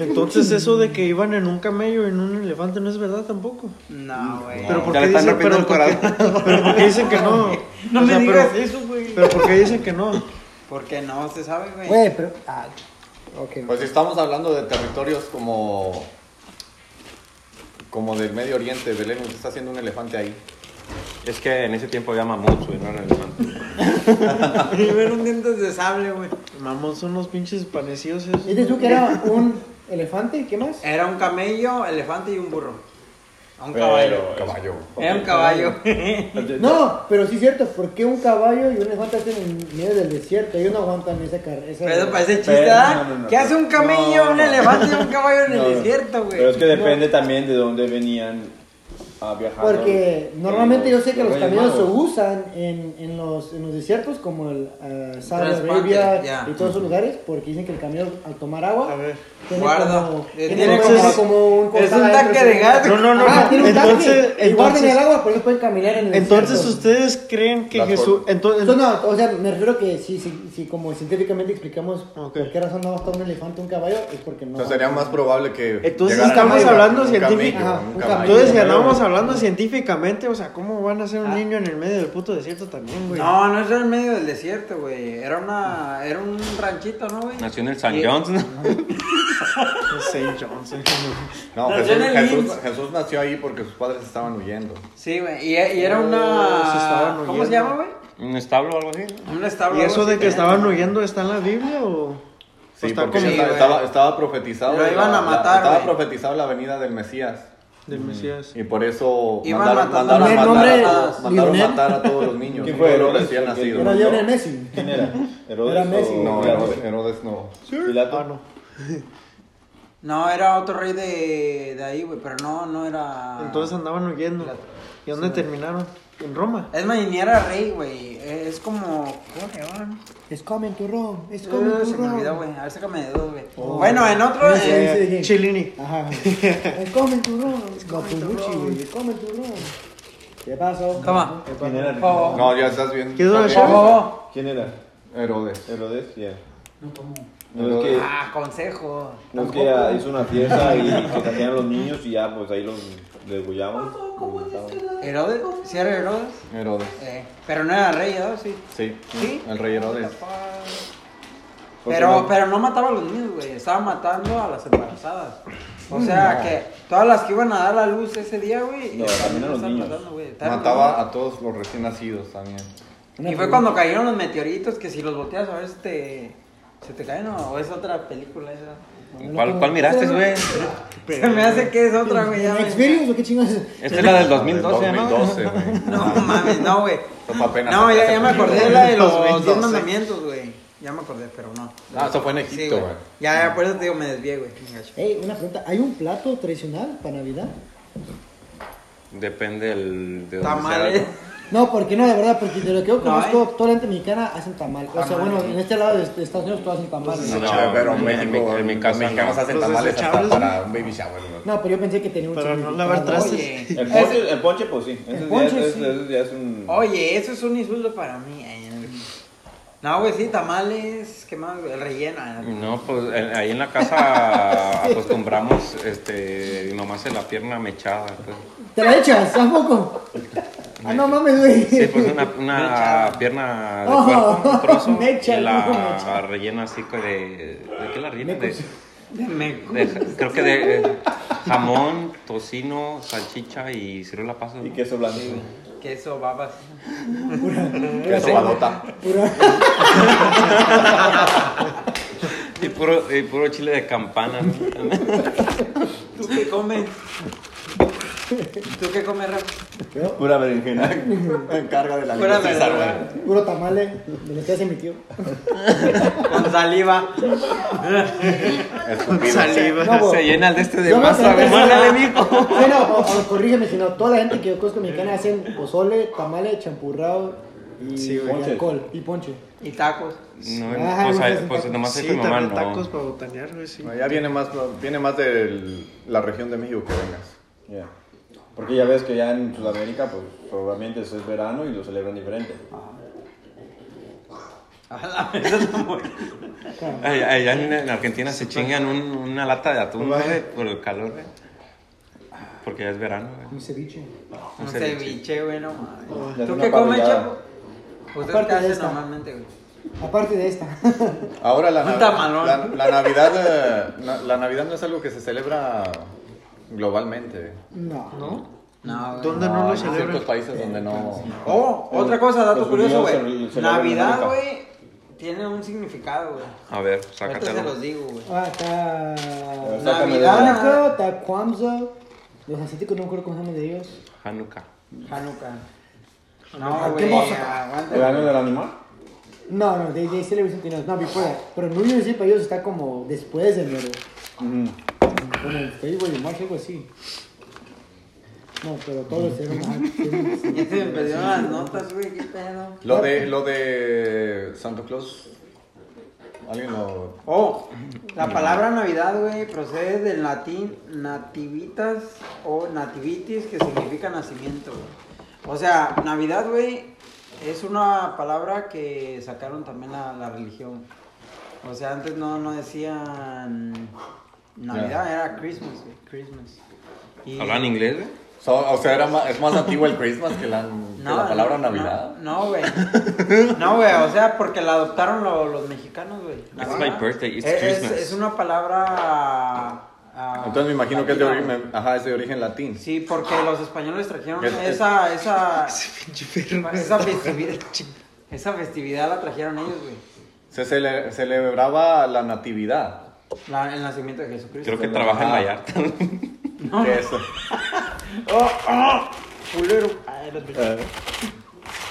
Entonces eso de que iban en un camello y en un elefante no es verdad tampoco. No, güey. Pero por Ya qué le están dicen, pero rompiendo por el qué- pero por qué dicen que no. No O me sea, digas pero- eso, güey. Pero por qué dicen que no. Porque no se sabe, güey. Güey, pero. Ah, ok. Pues si estamos hablando de territorios como como del Medio Oriente, Belén nos está haciendo un elefante ahí. Es que en ese tiempo había mamuts, güey, no eran elefantes. Primero dientes de sable, güey. Mamón, son los pinches panecidos esos. Dices tú que era un elefante, ¿qué más? Era un camello, elefante y un burro. A un Pero- caballo. Caballo. Era un caballo. No, pero sí es cierto, ¿por qué un caballo y un elefante hacen en medio del desierto? Ellos no aguantan esa Pero pues, eso carrera. parece chiste, Pero- ¿verdad? no, no, no. ¿Qué hace un camello, No, un no. elefante y un caballo en No, el no. desierto, Pero güey? es que depende también de dónde venían a viajar. Porque Eh, normalmente yo sé que los caminos camellos se usan en, en, los, en los desiertos como el ah, Saudi Transporte, Arabia ya. y todos esos lugares porque dicen que el camello al tomar agua A ver. tiene Guarda. como, Eh, tiene tiene como- como- como un es costal un adentro, tanque de sí. gas. No, no, no. Ah, tiene un entonces, tanque y guardan el entonces, agua porque pueden caminar en el entonces desierto. ustedes creen que Las Jesús. formas. Entonces, Eso no, o sea, me refiero que si, si, si como científicamente explicamos Ok. por qué razón no basta un elefante un caballo, es porque no. Entonces sería más probable que. Entonces llegara estamos un hablando camello, científico. un Ajá, camello, un un caballo. entonces si Ay, andamos hablando científicamente, o sea, ¿cómo van a ser un Ah. niño en el medio del puto desierto también, güey? No, no era en medio del desierto, güey. Era una, era un ranchito, ¿no, güey? Nació en el San Y- John's, ¿no? Saint Johnson. No, Nació Jesús, en el Jesús- Limbo. Jesús nació ahí porque sus padres estaban huyendo. Sí, güey. Y, y era Oh, se estaban una. ¿Cómo huyendo. se llama, güey? Un establo o algo así, ¿no? Un establo. ¿Y algo eso así de que tenía. estaban huyendo está en la Biblia o.? Sí, está eh. porque como- ya Sí, estaba, güey. estaba- estaba profetizado. Lo la- iban a la- matar, Estaba güey. profetizado la venida del Mesías. del Mesías. Y por eso Iban mandaron, matando mandaron, a- matar, Nombre- a, todos- mandaron Lionel. matar a todos los niños. ¿Quién fue? todos los recién Herodes, el- nacidos. Era Lionel Messi. ¿Quién era? ¿Herodes Era Messi. o No, Pilato? Herodes, Herodes no. ¿Pilato? Ah, no. No, era otro rey de, de ahí, güey, pero no, no era... Entonces andaban huyendo. ¿Y dónde terminaron? En Roma. Es más, ni era rey, güey. Eh, Es como... ¿Cómo se llama? Es coming to Rome. Es coming Eh, to se me olvidó, Rome. güey. A ver, sácame de dos, güey. Oh. Bueno, en otro... Sí, sí, eh, sí, sí. Chilini. Ajá. Es coming to Rome. Es coming to Rome. Es coming to Rome. ¿Qué pasó? Toma. ¿Quién era? Ah. Oh. No, ya estás bien. ¿Qué es una Herodes. Oh, oh, oh. ¿Quién era? Herodes. ¿Herodes? Ya. No, es Herodes. que, Ah, consejo. no es que ya hizo una fiesta y se caían los niños y ya, pues ahí los degollamos. este ¿Herodes? ¿Sí era Herodes? Herodes. Eh, pero no era rey, ¿no? Sí. Sí, ¿Sí? el rey Herodes. ¿Por qué Pero, no? pero no mataba a los niños, güey. Estaba matando a las embarazadas. O sea, que todas las que iban a dar la luz ese día, güey. Mm. No, eh, también a los estaban niños. güey. Estaban- Mataba a todos los recién nacidos también. Y fue cuando cayeron los meteoritos, que si los volteas a ver se te, se te caen o, o es otra película esa. ¿Cuál, cuál miraste, güey? Se me hace que es otra, güey. ya, güey. ¿Experience o qué chingas? Esta es la del 2012, ¿no? 2012, güey. No mames, no, güey. Eso apenas No, ya, sacaste ya me el libro. acordé de la de los 10 2012. mandamientos, güey. Ya me acordé, pero no. Ah, eso fue en Sí, Egipto, güey. güey. Ya, ya, por eso te digo, me desvié, güey. Me enganché. Ey, una pregunta. ¿Hay un plato tradicional para Navidad? Depende del, de dónde Tamales. sea, ¿no? No, porque no, de verdad, porque de lo que yo No hay. conozco, toda la gente mexicana hacen tamal. O sea, Tamal. bueno, en este lado de de Estados Unidos todos hacen tamales. No, No, no, pero en mi- en mi- México, en mi los casa mexicanos no. hacen Los tamales hasta desechables, para un baby shower, güey. pero yo pensé que tenía un Para no significado. lavar trastes. eh. Oye. El ponche, el ponche, pues sí. El Ese ya, ponche, es, sí. ese ya es un. Oye, eso es un insulto para mí. Ay, no, güey. No, güey, sí, tamales, ¿qué más? güey? ah, Rellena. No, pues en- ahí en la casa acostumbramos, este, mi mamá hace la pierna mechada. pues. ¿Te la echas? ¿A poco? Ah, no mames, güey. Sí, pues una, una Mechada. pierna de Oh, puerco, un trozo, mecha, y la no, mecha. rellena así co- de... ¿De qué la rellena? De, Me- de- creo que de eh, jamón, tocino, salchicha y ciruela paso. Y ¿no? queso blanco. Queso, babas. Queso balota. Y puro, y puro chile de campana. ¿no? ¿Tú qué comes? ¿Tú qué comes, Rafa? Pura berenjena. Encarga de la Fuera línea César, güey. verdad. Puro tamale, de lo que hace mi tío. Con saliva. Escupido. Saliva. No, Se llena el de este de Yo me masa, atrevo a ¿verdad? decir- mijo? Sí, no, o- o corrígeme, si no, toda la gente que yo conozco mexicana hacen pozole, tamale, champurrado y, Sí, güey. y alcohol y ponche. Y tacos. No, Ah, pues, no, ahí- es un pues taco. nomás Sí, es mi mamá, no. también tacos para botanear, güey, sí. No, Ya viene más, viene más de la región de México que vengas. Ya. Porque ya ves que ya en Sudamérica, pues probablemente es el verano y lo celebran diferente. A la mesa está muy- Ay, ay, Allá en, en Argentina se chingan un- una lata de atún güey, por el calor, güey. Porque ya es verano. güey. Un ceviche. Un Un ceviche, güey, no mames. Ya ¿Tú es qué una comes, parrillada. Chapo? ¿Ustedes qué Aparte de hacen esta. normalmente, güey? Aparte de esta. Ahora la, Un nav- tamalón. la, la Navidad, eh, na- la Navidad no es algo que se celebra globalmente. No. ¿No? No, güey. ¿Dónde no lo hay ciertos celebran? países donde no. Oh, otra cosa, dato Los curioso, judíos güey. se- se Navidad, celebran en güey, tiene un significado, güey. A ver, Ahorita se los sácatelo. digo, güey. Ah, está. Sácame de Navidad, Hanukkah, está Kwanzaa, los asiáticos no me acuerdo cómo se llaman de ellos. Hanukkah. Hanukkah. No, qué güey, moza. aguanta. ¿El verano del animal? No, no, they, they celebrate something else. No, before that. Pero New Year's Eve para ellos está como después de enero. Como en Facebook y marzo, algo así. No, pero todos los Ya se me celebran. perdieron las notas, güey, qué pedo. Lo de, lo de Santo Claus. Alguien lo. Oh, la palabra Navidad, güey, procede del latín nativitas o nativitis, que significa nacimiento, güey. O sea, Navidad, güey, es una palabra que sacaron también la, la religión. O sea, antes no, no decían Navidad, era Christmas, güey, Christmas. Y- ¿Hablan inglés, güey? so- o sea, era más- es más antiguo el Christmas que la, que la palabra Navidad. No, güey. No, güey, o sea, porque la adoptaron lo- los mexicanos, güey. It's Navidad. my birthday, it's es, Christmas. Es una palabra. ah, Entonces me imagino que es de latina, güey. origen, ajá, es de origen latín. Sí, porque los españoles trajeron Es- esa, esa, Pinche perro. esa festividad. Esa festividad la trajeron ellos, güey. Se cele- celebraba la natividad. La- el nacimiento de Jesucristo. Creo que trabaja en Vallarta. Oh. Que es- Culero. Ay, los bichos.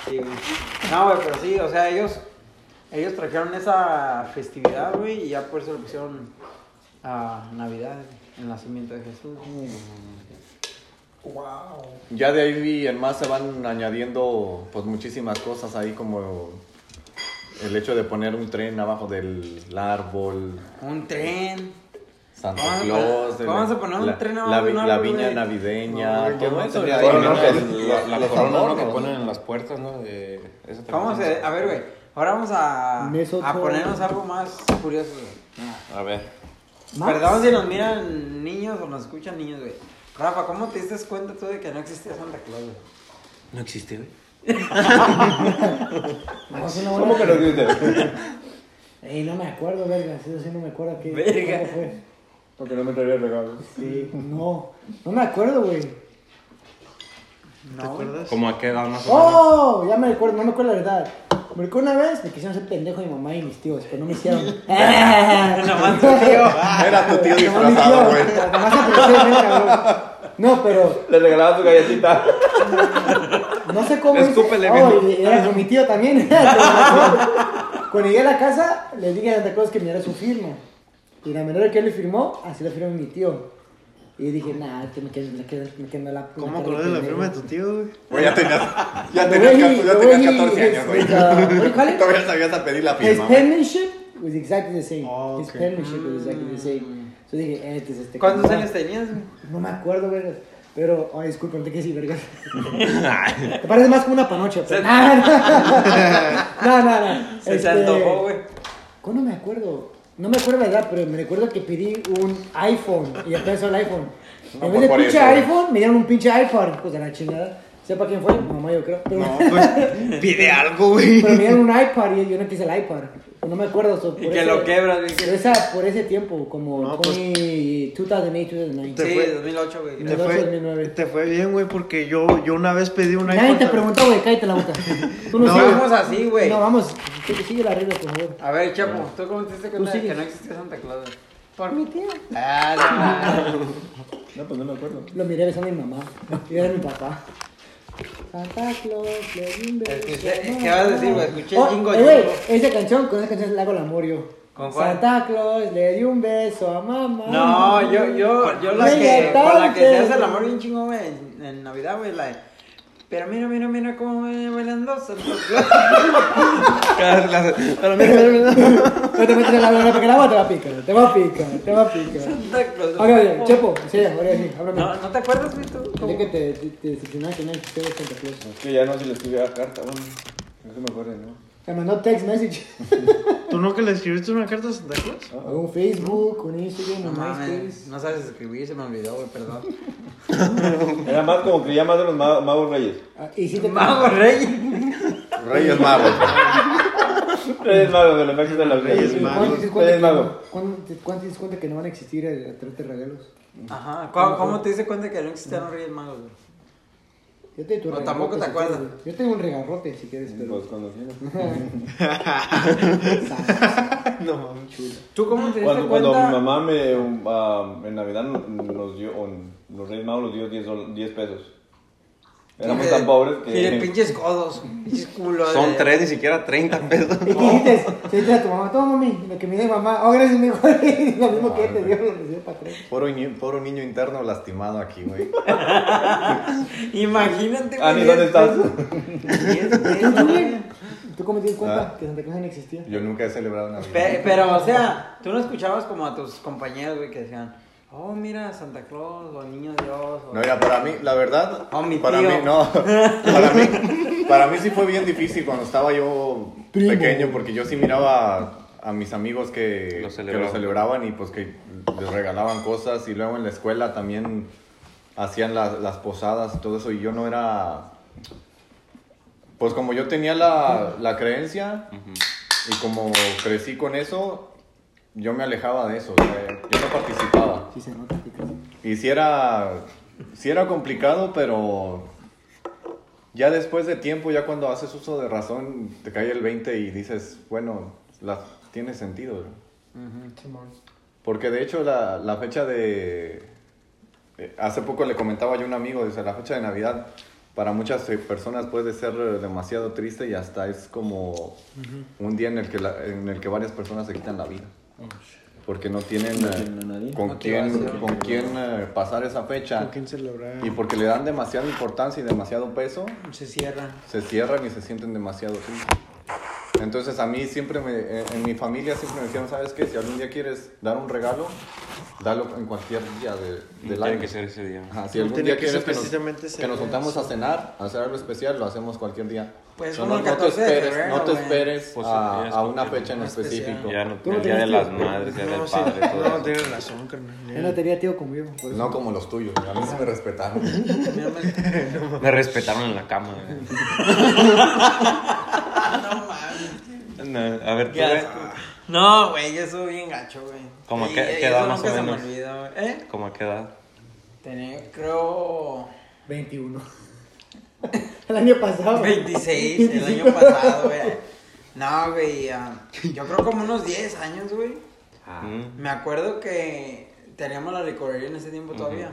Sí, güey. No, güey, pero sí, o sea, ellos, ellos trajeron esa festividad, güey, y ya por eso le pusieron a Navidad, el nacimiento de Jesús. ya de ahí en más se van añadiendo pues muchísimas cosas ahí como el hecho de poner un tren abajo del árbol, Un tren. Santa Vamos a Claus, poner- la- vamos a poner un la, tren la abajo de un vi- la, árbol, viña güey. navideña, No, todo güey, eso. yo ya no sabía. viene- La, Bueno, no, la- la los corona ¿no? que adornos. ponen en las puertas, ¿no? De- esa Vamos tradición. a, a ver, güey. Ahora vamos a, Meso- a ponernos algo más curioso, güey. A ver. ¿Más? Perdón si nos miran niños o nos escuchan niños, güey. Rafa, ¿cómo te diste cuenta tú de que no existía Santa Claus, güey? No existe, güey. No, es una ¿Cómo buena- que no existe? Ey, no me acuerdo, verga. Eso sí no me acuerdo qué. Verga. cómo fue. Porque no me traía regalos. Sí, no. No me acuerdo, güey. No, ¿Te güey. acuerdas? ¿Cómo a qué edad más o menos? ¡Oh! Ya me recuerdo, no me acuerdo la verdad. Me recuerdo una vez me quisieron hacer pendejo mi mamá y mis tíos, pero no me hicieron. Nomás tu tío. Era tu tío No me disfrazado, güey. hicieron. Nomás apreté, ven, cabrón. No, pero Le regalaba su galletita. No sé cómo. Escúpele, hice- mijo. oh, y era con mi tío también. Cuando llegué a la casa, le dije a Santa Claus que mirara su firma. Y la manera que él le firmó, así la firmó mi tío. Y dije, nah, que me quedan me quedo- me quedo la ¿Cómo acordé de la firma de tu tío, güey? Güey, ya tenías, ya tenías, ca- ya tenías 14 años, güey. ¿Cuál es? Este- Todavía sabías a pedir la His firma, güey. penmanship was exactly the same. Oh, His ok. penmanship was exactly the same. So dije, eh, este es este. Mm. ¿Cuántos cabrón. años tenías, güey? No me acuerdo, vergas. Pero, ay, disculpa, no te quedes sí, vergas. te parece más como una panocha, pero. Se- Nah, no, no, no. Se Este, te antojó, güey. ¿Cuándo me acuerdo? No me acuerdo la edad, pero me recuerdo que pedí un iPhone y ya pensó el iPhone. No, pues en vez de por pinche eso. iPhone, me dieron un pinche iPhone. Pues de la chingada. Sepa quién fue, mi mamá, yo creo. Pero, No, pues pide algo, güey. pero me dieron un iPad y yo no quise el iPad. No me acuerdo. so, Y por que ese- lo quebras, güey. Por, que- esa, por ese tiempo, como No, pues- 20, 2008, 2009. Te Sí, fue- 2008, güey. Te creo. fue, 2009. te fue bien, güey, porque yo, yo una vez pedí un Nadie iPhone. te preguntó, güey, cállate la boca. Tú no, No, sigues. vamos así, güey. No, vamos, que te sigue la regla, por favor. A ver, Chapo, ¿tú cómo te diste cuenta de sigues. que no existía Santa Claus? güey? Por mi tío. Ah, no. No, pues no me acuerdo. Lo miré besando a mi mamá. Y era mi papá. Santa Claus, le di un beso Escuché- a ¿qué vas a mamá. decir, güey? Escuché Oh, Jingo eh, güey, Jingo. Esa canción, con esa canción le hago el amor yo. ¿Con cuál? Santa Claus, le di un beso a mamá. No, yo, yo, yo la que, Bella con la que se tarde. hace el amor bien chingón, güey, en, en Navidad, güey, la de, Pero mira, mira, mira cómo me bailando Santa Claus. Pero mira, mira, mira. No te metas en la verga porque el agua te va a picar, te va a picar, te va a picar. Santa Claus. Ok, ok, Chepo, sí, ahora sí, háblame. No, ¿no te acuerdas, güey, tú? Pensé que te, te, te decepcionaba que no existía Santa Claus. Es que ya no se le escribía la carta, bueno. No se me acuerda, ¿no? Te mandó text message. ¿Tú no que le escribiste una carta a Santa Claus? O un Facebook, un Instagram, No un mames, MySpace. no sabes escribir, se me olvidó, güey, perdón. Era más como que ya más de los ma- magos reyes. Ah, Y si te Mago Rey. Reyes Magos. Reyes magos, de los México de los reyes. Reyes ¿Cuándo Magos. te, das cuenta Reyes que magos. no- cuándo te- cuándo te das cuenta que no van a existir eh, trate regalos? Ajá, ¿cómo, cómo te diste cuenta que no existían los Reyes Magos, güey? Yo te tu No, regarrote, tampoco te si quieres, acuerdas. güey. Yo tengo un regarrote si quieres, pero. Pues cuando quieras. No, mames, chulo. ¿Tú cómo te diste Cuando, cuando mi cuenta? mamá me, um, ah, en Navidad nos- nos dio, o los Reyes Magos nos dio 10, dol- 10 pesos. Éramos tan pobres que... Tiene pinches codos, pinches culos. Son tres, ni siquiera 30 pesos. ¿Y qué hiciste? Se dice a tu mamá, toma mami, lo que me dio mamá, oh gracias mi hijo, Y lo mismo que te dio, lo recibió para atrás. Puro, ñi- puro niño interno lastimado aquí, güey. Imagínate, güey. Ani, Ah, ¿dónde estás? ¿Tú, Julián? estás? ¿Tú cómo te das cuenta Ah. que Santa Claus no existía? Yo nunca he celebrado Navidad. Pe- Pero, o sea, tú no escuchabas como a tus compañeros, güey, que decían, oh, mira, Santa Claus, o Niño Dios, o... No, mira, para mí, la verdad, Oh, mi para tío. mí no. Para mí, para mí sí fue bien difícil cuando estaba yo Primo. pequeño, porque yo sí miraba a mis amigos que Lo que celebraban. lo celebraban y pues que les regalaban cosas y luego en la escuela también hacían las, las posadas y todo eso y yo no era... Pues como yo tenía la, la creencia y como crecí con eso, yo me alejaba de eso, o sea, yo no participaba. Sí, se nota, chicas. Y si era, sí era complicado, pero ya después de tiempo, ya cuando haces uso de razón, te cae el 20 y dices, bueno, la- tiene sentido, güey. Simón. Porque de hecho la, la fecha de... eh, Hace poco le comentaba yo a un amigo, dice, la fecha de Navidad para muchas eh, personas puede ser eh, demasiado triste y hasta es como un día en el, que la- en el que varias personas se quitan la vida. Porque no tienen, No eh, tienen a nadie. con quién, Motivación. con quién eh, pasar esa fecha. ¿Con quién celebrar? Y porque le dan demasiada importancia y demasiado peso, Se cierra. se cierran y se sienten demasiado tristes. Entonces a mí siempre, me, en, en mi familia siempre me decían, ¿sabes qué? Si algún día quieres dar un regalo, dalo en cualquier día de, del Tiene año. que ser ese día. Ajá, si No algún tiene día que ser quieres que precisamente nos, ese que nos día, juntamos sí. a cenar, a hacer algo especial, lo hacemos cualquier día. Pues So, como no, el no te 14 de esperes, febrero, no te güey. esperes Pues, a, ya es a una cualquier fecha en día especial. específico. Ya no, Tú no el día de tenías las que- madres, el día No, del sí, padre, todo no, eso. tienes razón, Él no carnal. tenía tío conmigo. por eso. No como los tuyos, a mí se me respetaron. Mira, me- Me respetaron en la cama. güey. no mames. No, a ver, tú, Qué güey, asco. No, güey, yo soy bien gacho, güey. ¿Cómo Y- qué- qué y eso edad más o nunca se menos? me olvida, güey. ¿Eh? ¿cómo a qué edad? Tenía, creo, 21. el año pasado. 26, el año pasado, güey. No, güey, ah, yo creo como unos 10 años, güey. Mm. Me acuerdo que teníamos la licorería en ese tiempo todavía.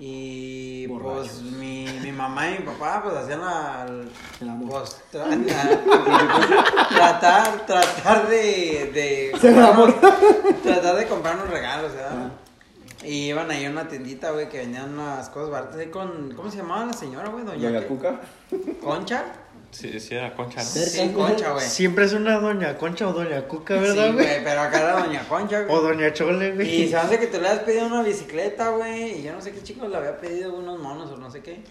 Y pues mi, mi mamá y mi papá pues hacían la... El amor. pues, tra- la- tratar, tratar de... de Hacer el amor. Tratar de comprarnos regalos, ¿verdad? Y iban ahí a una tiendita, güey, que vendían unas cosas baratas ahí con... ¿Cómo se llamaba la señora, güey? Doña, Doña ¿qué? Cuca, ¿Concha? Sí, sí, era concha, ¿no? Verga, Sí, güey. Concha, güey. Sí, Siempre es una doña Concha o doña Cuca, ¿verdad, güey? güey, pero acá era Doña Concha, güey. o doña Chole, güey. Y se me hace que tú le has pedido una bicicleta, güey. Y yo no sé qué chico le había pedido unos monos o no sé qué.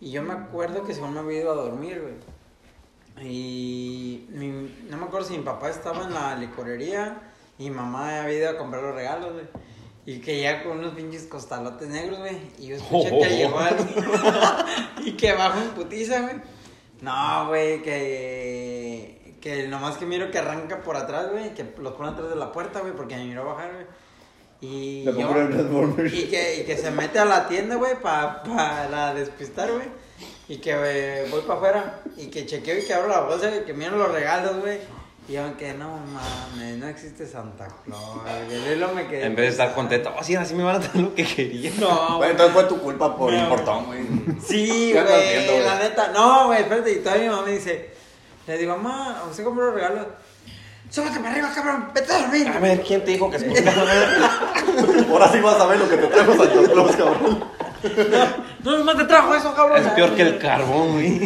Y yo me acuerdo que según me había ido a dormir, güey. Y mi- no me acuerdo si mi papá estaba en la licorería y mi mamá había ido a comprar los regalos, güey. Y que ya con unos pinches costalotes negros, güey. Y yo escuché que llegó alguien y que bajo en putiza, güey. No, güey, que. Que nomás que miro que arranca por atrás, güey. Que los pone atrás de la puerta, güey, porque me miró bajar, güey. Y. le yo- compré el Transformers. y que, y que se mete a la tienda, güey, para pa la despistar, güey. Y que eh, voy para afuera y que chequeo y que abro la bolsa y que miren los regalos, güey. Y aunque no mames, no existe Santa Claus. güey. De lo me quedé. En vez de estar contento, oh, sí, así me van a dar lo que quería. No, Bueno, güey. entonces fue tu culpa por No. el portón, güey. Sí, ¿Qué andas viendo, güey, güey? la neta. No, güey, espérate. Y todavía mi mamá me dice, le digo, mamá, ¿usted compró los regalos? Súbete para arriba, cabrón, vete a dormir. ver, ¿quién te dijo que Ahora sí vas a ver lo que te trajo Santa Claus, cabrón. No, nomás te trajo eso, cabrón. Es peor que el carbón, güey.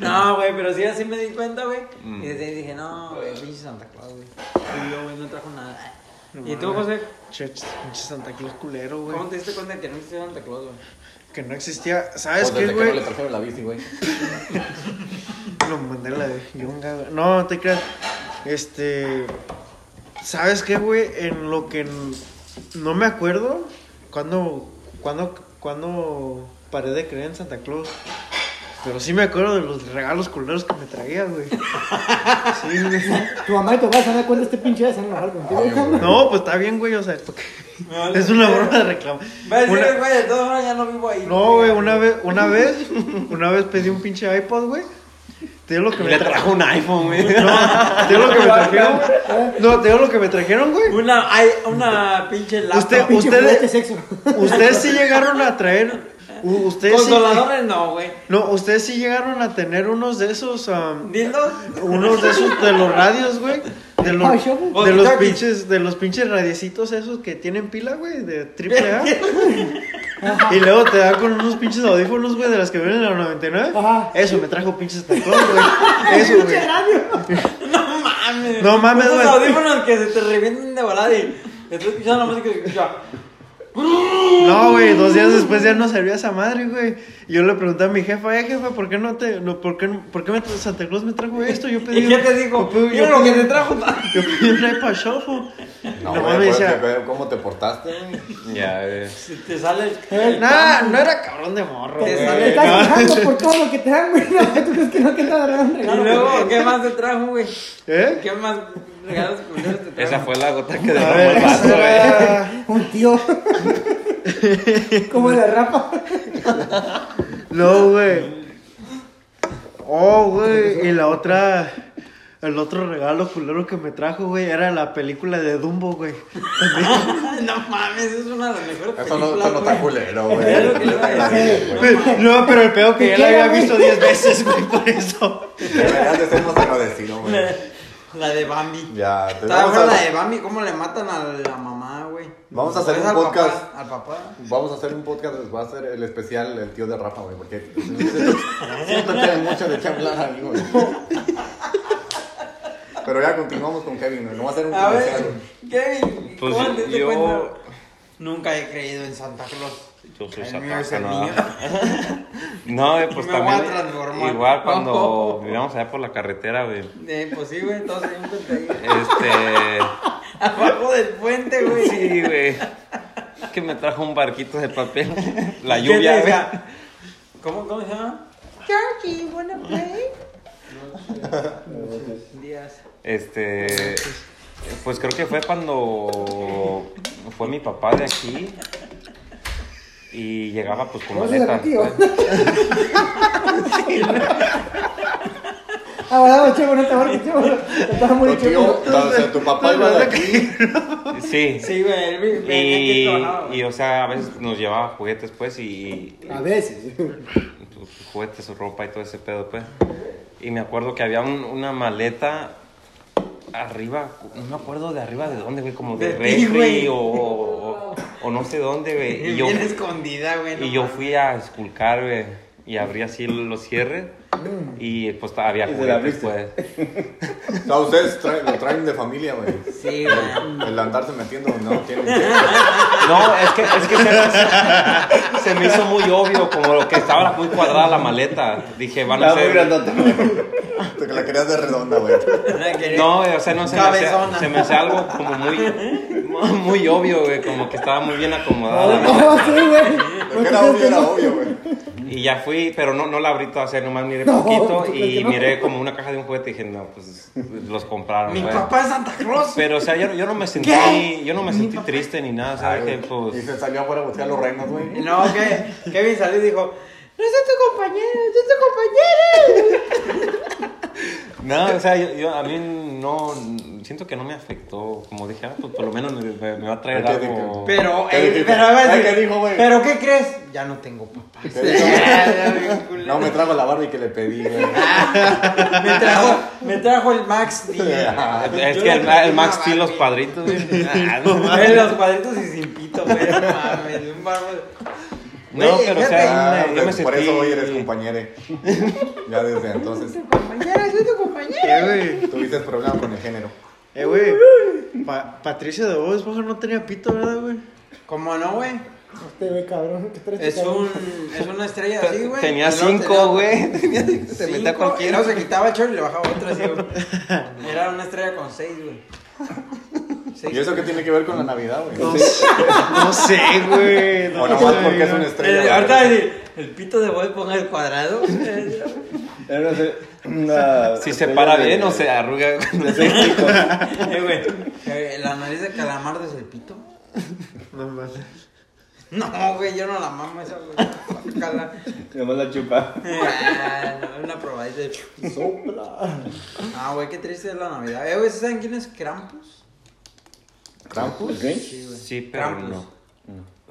No, güey, pero sí, así me di cuenta, güey. Y desde ahí dije, no, güey, pinche Santa Claus, güey. Y Mm. yo, güey, no trajo nada. ¿Y tú, José? Che, pinche Santa Claus culero, güey. ¿Cómo te diste cuenta que no existía Santa Claus, güey? Que no existía. Pues ¿Sabes desde qué, que no le güey? trajeron la bici, güey. Lo mandé a la de Yunga, güey. No, no te creas. Este. ¿Sabes qué, güey? En lo que n- no me acuerdo, cuando, cuando, cuando paré de creer en Santa Claus. Pero sí me acuerdo de los regalos culeros que me traía, güey. Sí, güey. Tu mamá y tu papá se dan cuenta de este pinche día, se van a enojar contigo. Obvio, güey. No, pues está bien, güey, o sea, porque Me vale es una verga. broma de reclamo. Va a decir, Una- güey, de todas maneras ya no vivo ahí. No, güey, una vez, una vez, una vez pedí un pinche iPod, güey. Te digo lo que me Le trajo un iPhone, güey. No, te digo lo que me trajeron. güey. No, te digo lo que me trajeron, güey. Una, hay una pinche lapa. Usted- güey. Pinche Ustedes- juguete sexo. Ustedes sí llegaron a traer. u- Ustedes sí, Consoladores no, güey. no, ustedes sí llegaron a tener unos de esos. am, ¿Dildos? unos de esos de los radios, güey. De Ay, los, yo, güey. de los Walkie-talkies. pinches, de los pinches radiecitos esos que tienen pila, güey, de triple A. Y luego te da con unos pinches audífonos, güey, de las que vienen en la 99. Ajá. Eso, me trajo pinches tacón, güey. Eso, güey. Pinche radio. No mames. No mames, Esos güey. audífonos que se te revienten de volada y estás escuchando la música y escucha. No, güey, dos días después ya no servía esa madre, güey. Y Yo le pregunté a mi jefa, eh, jefa, ¿por qué no te, no, por qué, no- por qué me tra- Santa Claus me trajo esto? Yo pedí. ¿Y qué te digo? digo? Mira lo que te trajo. Yo pedí un iPad Shuffle. No, No, güey, mames, me pues, acuérdate, decía, güey, ¿cómo te portaste, güey? Ya, güey. Si te sale el- el. nah, Eh, no era cabrón de morro, Te güey. sale- Te estás quejando por todo lo que te dan, güey. No, ¿Tú crees que no te dan un Y regalo? luego, ¿qué más te trajo, güey? ¿Eh? ¿Qué más regalos culeros te trajo? Esa fue la gota que A derramó ver, el esa vaso, güey. era- Un tío. Como la rapa. No, güey. Oh, güey. Y la otra. El otro regalo culero que me trajo, güey, era la película de Dumbo, güey. no mames, es una de las mejores Eso no, películas. eso no está eh. güey. culero, Es lo que le iba a decir. güey. No, pero el peor que ¿Y ya qué la había era, güey? visto 10 veces, güey, por eso. Deberías de ser más agradecido, güey. La de Bambi. Ya, te- Está vamos buena la de a, Bambi, cómo le matan a la mamá, güey. Vamos a hacer Es un al podcast. papá, al papá. vamos a hacer un podcast, les va a hacer el especial el tío de Rafa, güey, porque siento que hay mucho de charlar, amigo. güey. Pero ya continuamos con Kevin, güey. No va a ser un A comercial, ver, güey. Kevin, Pues ¿cómo te diste yo- cuenta? Nunca he creído en Santa Claus. Yo soy El mío es el Satán, mío. No, eh, pues Me voy a también. transformar. Igual cuando vivíamos allá por la carretera, güey. Eh, pues sí, güey, todos tenían cuenta ahí. Este. Abajo del puente, güey. Sí, güey. Es que me trajo un barquito de papel. La ¿Qué te lluvia, güey. decía? ¿Cómo, cómo se llama? Georgie, wanna play? Díaz. Este. Pues creo que fue cuando fue mi papá de aquí. Y llegaba pues con ¿Cómo se llama maleta. tu tío? Ah, bueno, che, bueno, te voy a Estaba muy Tu tío, chido. o sea, tu papá iba de aquí. Sí. Sí, güey, él vi- venía aquí Y, trabajaba, güey. y, o sea, a veces nos llevaba juguetes, pues, y, A veces. sus juguetes, su ropa y todo ese pedo, pues. Y me acuerdo que había un- una maleta arriba, no me acuerdo de arriba de dónde, güey, como De de, ti, güey. refri o, o, o no sé dónde, güey. Y yo, Bien escondida, güey. no y yo mames. fui a esculcar, güey, y abrí así los cierres y pues había Y se la juguetes, pues. O sea, ustedes traen- lo traen de familia, güey. Sí, güey. El andarse metiendo, no tienen. No, es que, es que se, se me hizo muy obvio, como lo que estaba muy cuadrada la maleta. Dije, van a Estaba muy ser... grandote. Te la querías de redonda, güey. La quería- No, o sea, no se me, Cabezona. hace, se me hace algo como muy, muy obvio, güey, como que estaba muy bien acomodada. No, güey. no, sí, güey. Lo que era obvio era obvio, güey. Y ya fui, pero no, no la abrí toda, o sea, nomás miré No, poquito ¿tú crees y que no? miré como una caja de un juguete y dije, no, pues los compraron, Mi güey. papá es Santa Claus. Pero, o sea, yo, yo no me sentí, ¿Qué? yo no me sentí triste ni nada, ¿sabes? Que, Y pues, se salió afuera a buscar los reinos, güey. No, que Kevin salió y dijo, no soy tu compañero, soy tu compañero. no, o sea, yo, yo- a mí no, siento que no me afectó. Como dije, ah, pues por lo menos me, me- me va a traer Hay que algo. Pero, ¿Qué eh, dijiste? pero a ver, Ay, ¿qué dijo, güey? pero ¿qué crees? Ya no tengo papá. ¿Qué dijo? No me trago la Barbie que le pedí, güey. Me trajo, me trajo el Max D. Ah, Es Yo que le el, traje el Max una sí, los Barbie. padritos, güey. Ah, no mames. Güey, los cuadritos y sin pito, güey. No mames, un bárbaro. No, Güey, pero o fíjate, sea, Ah, yo me pues, Por sentí... eso hoy eres compañere. Ya desde entonces Compañera, soy tu compañera. Eh, güey. tuviste problema con el género. Eh, güey. Pa- Patricio de Bob Esponja no tenía pito, ¿verdad, güey? ¿Cómo no, güey? Este güey, cabrón. ¿qué traes, Es cabrón? un, es una estrella así, güey. Tenía Y luego cinco, tenía- güey. Tenía- Se Cinco, metía y luego cualquiera. se quitaba el short y le bajaba otro así, güey. Era una estrella con seis, güey. Eh, Seis. ¿Y eso qué tiene que ver con la Navidad, güey? No, sé- no sé, güey. O No, nomás sé, porque güey. es Eh, una El, estrella. ahorita güey. va a decir, el pito de Bob ponga el cuadrado. Era una se- una Si se estrella para de- bien o se arruga. de seis picos. Eh, güey, eh, la nariz de calamardo es el pito. No mames. No, güey, yo no la mamo esa, güey. Sácala. Nomás la chupa. Eh, ah, no, una probadita de... Ah, güey, qué triste es la Navidad. Eh, güey, ¿saben quién es Krampus? ¿Krampus? ¿Ok? Sí, güey. Sí, pero Krampus. no.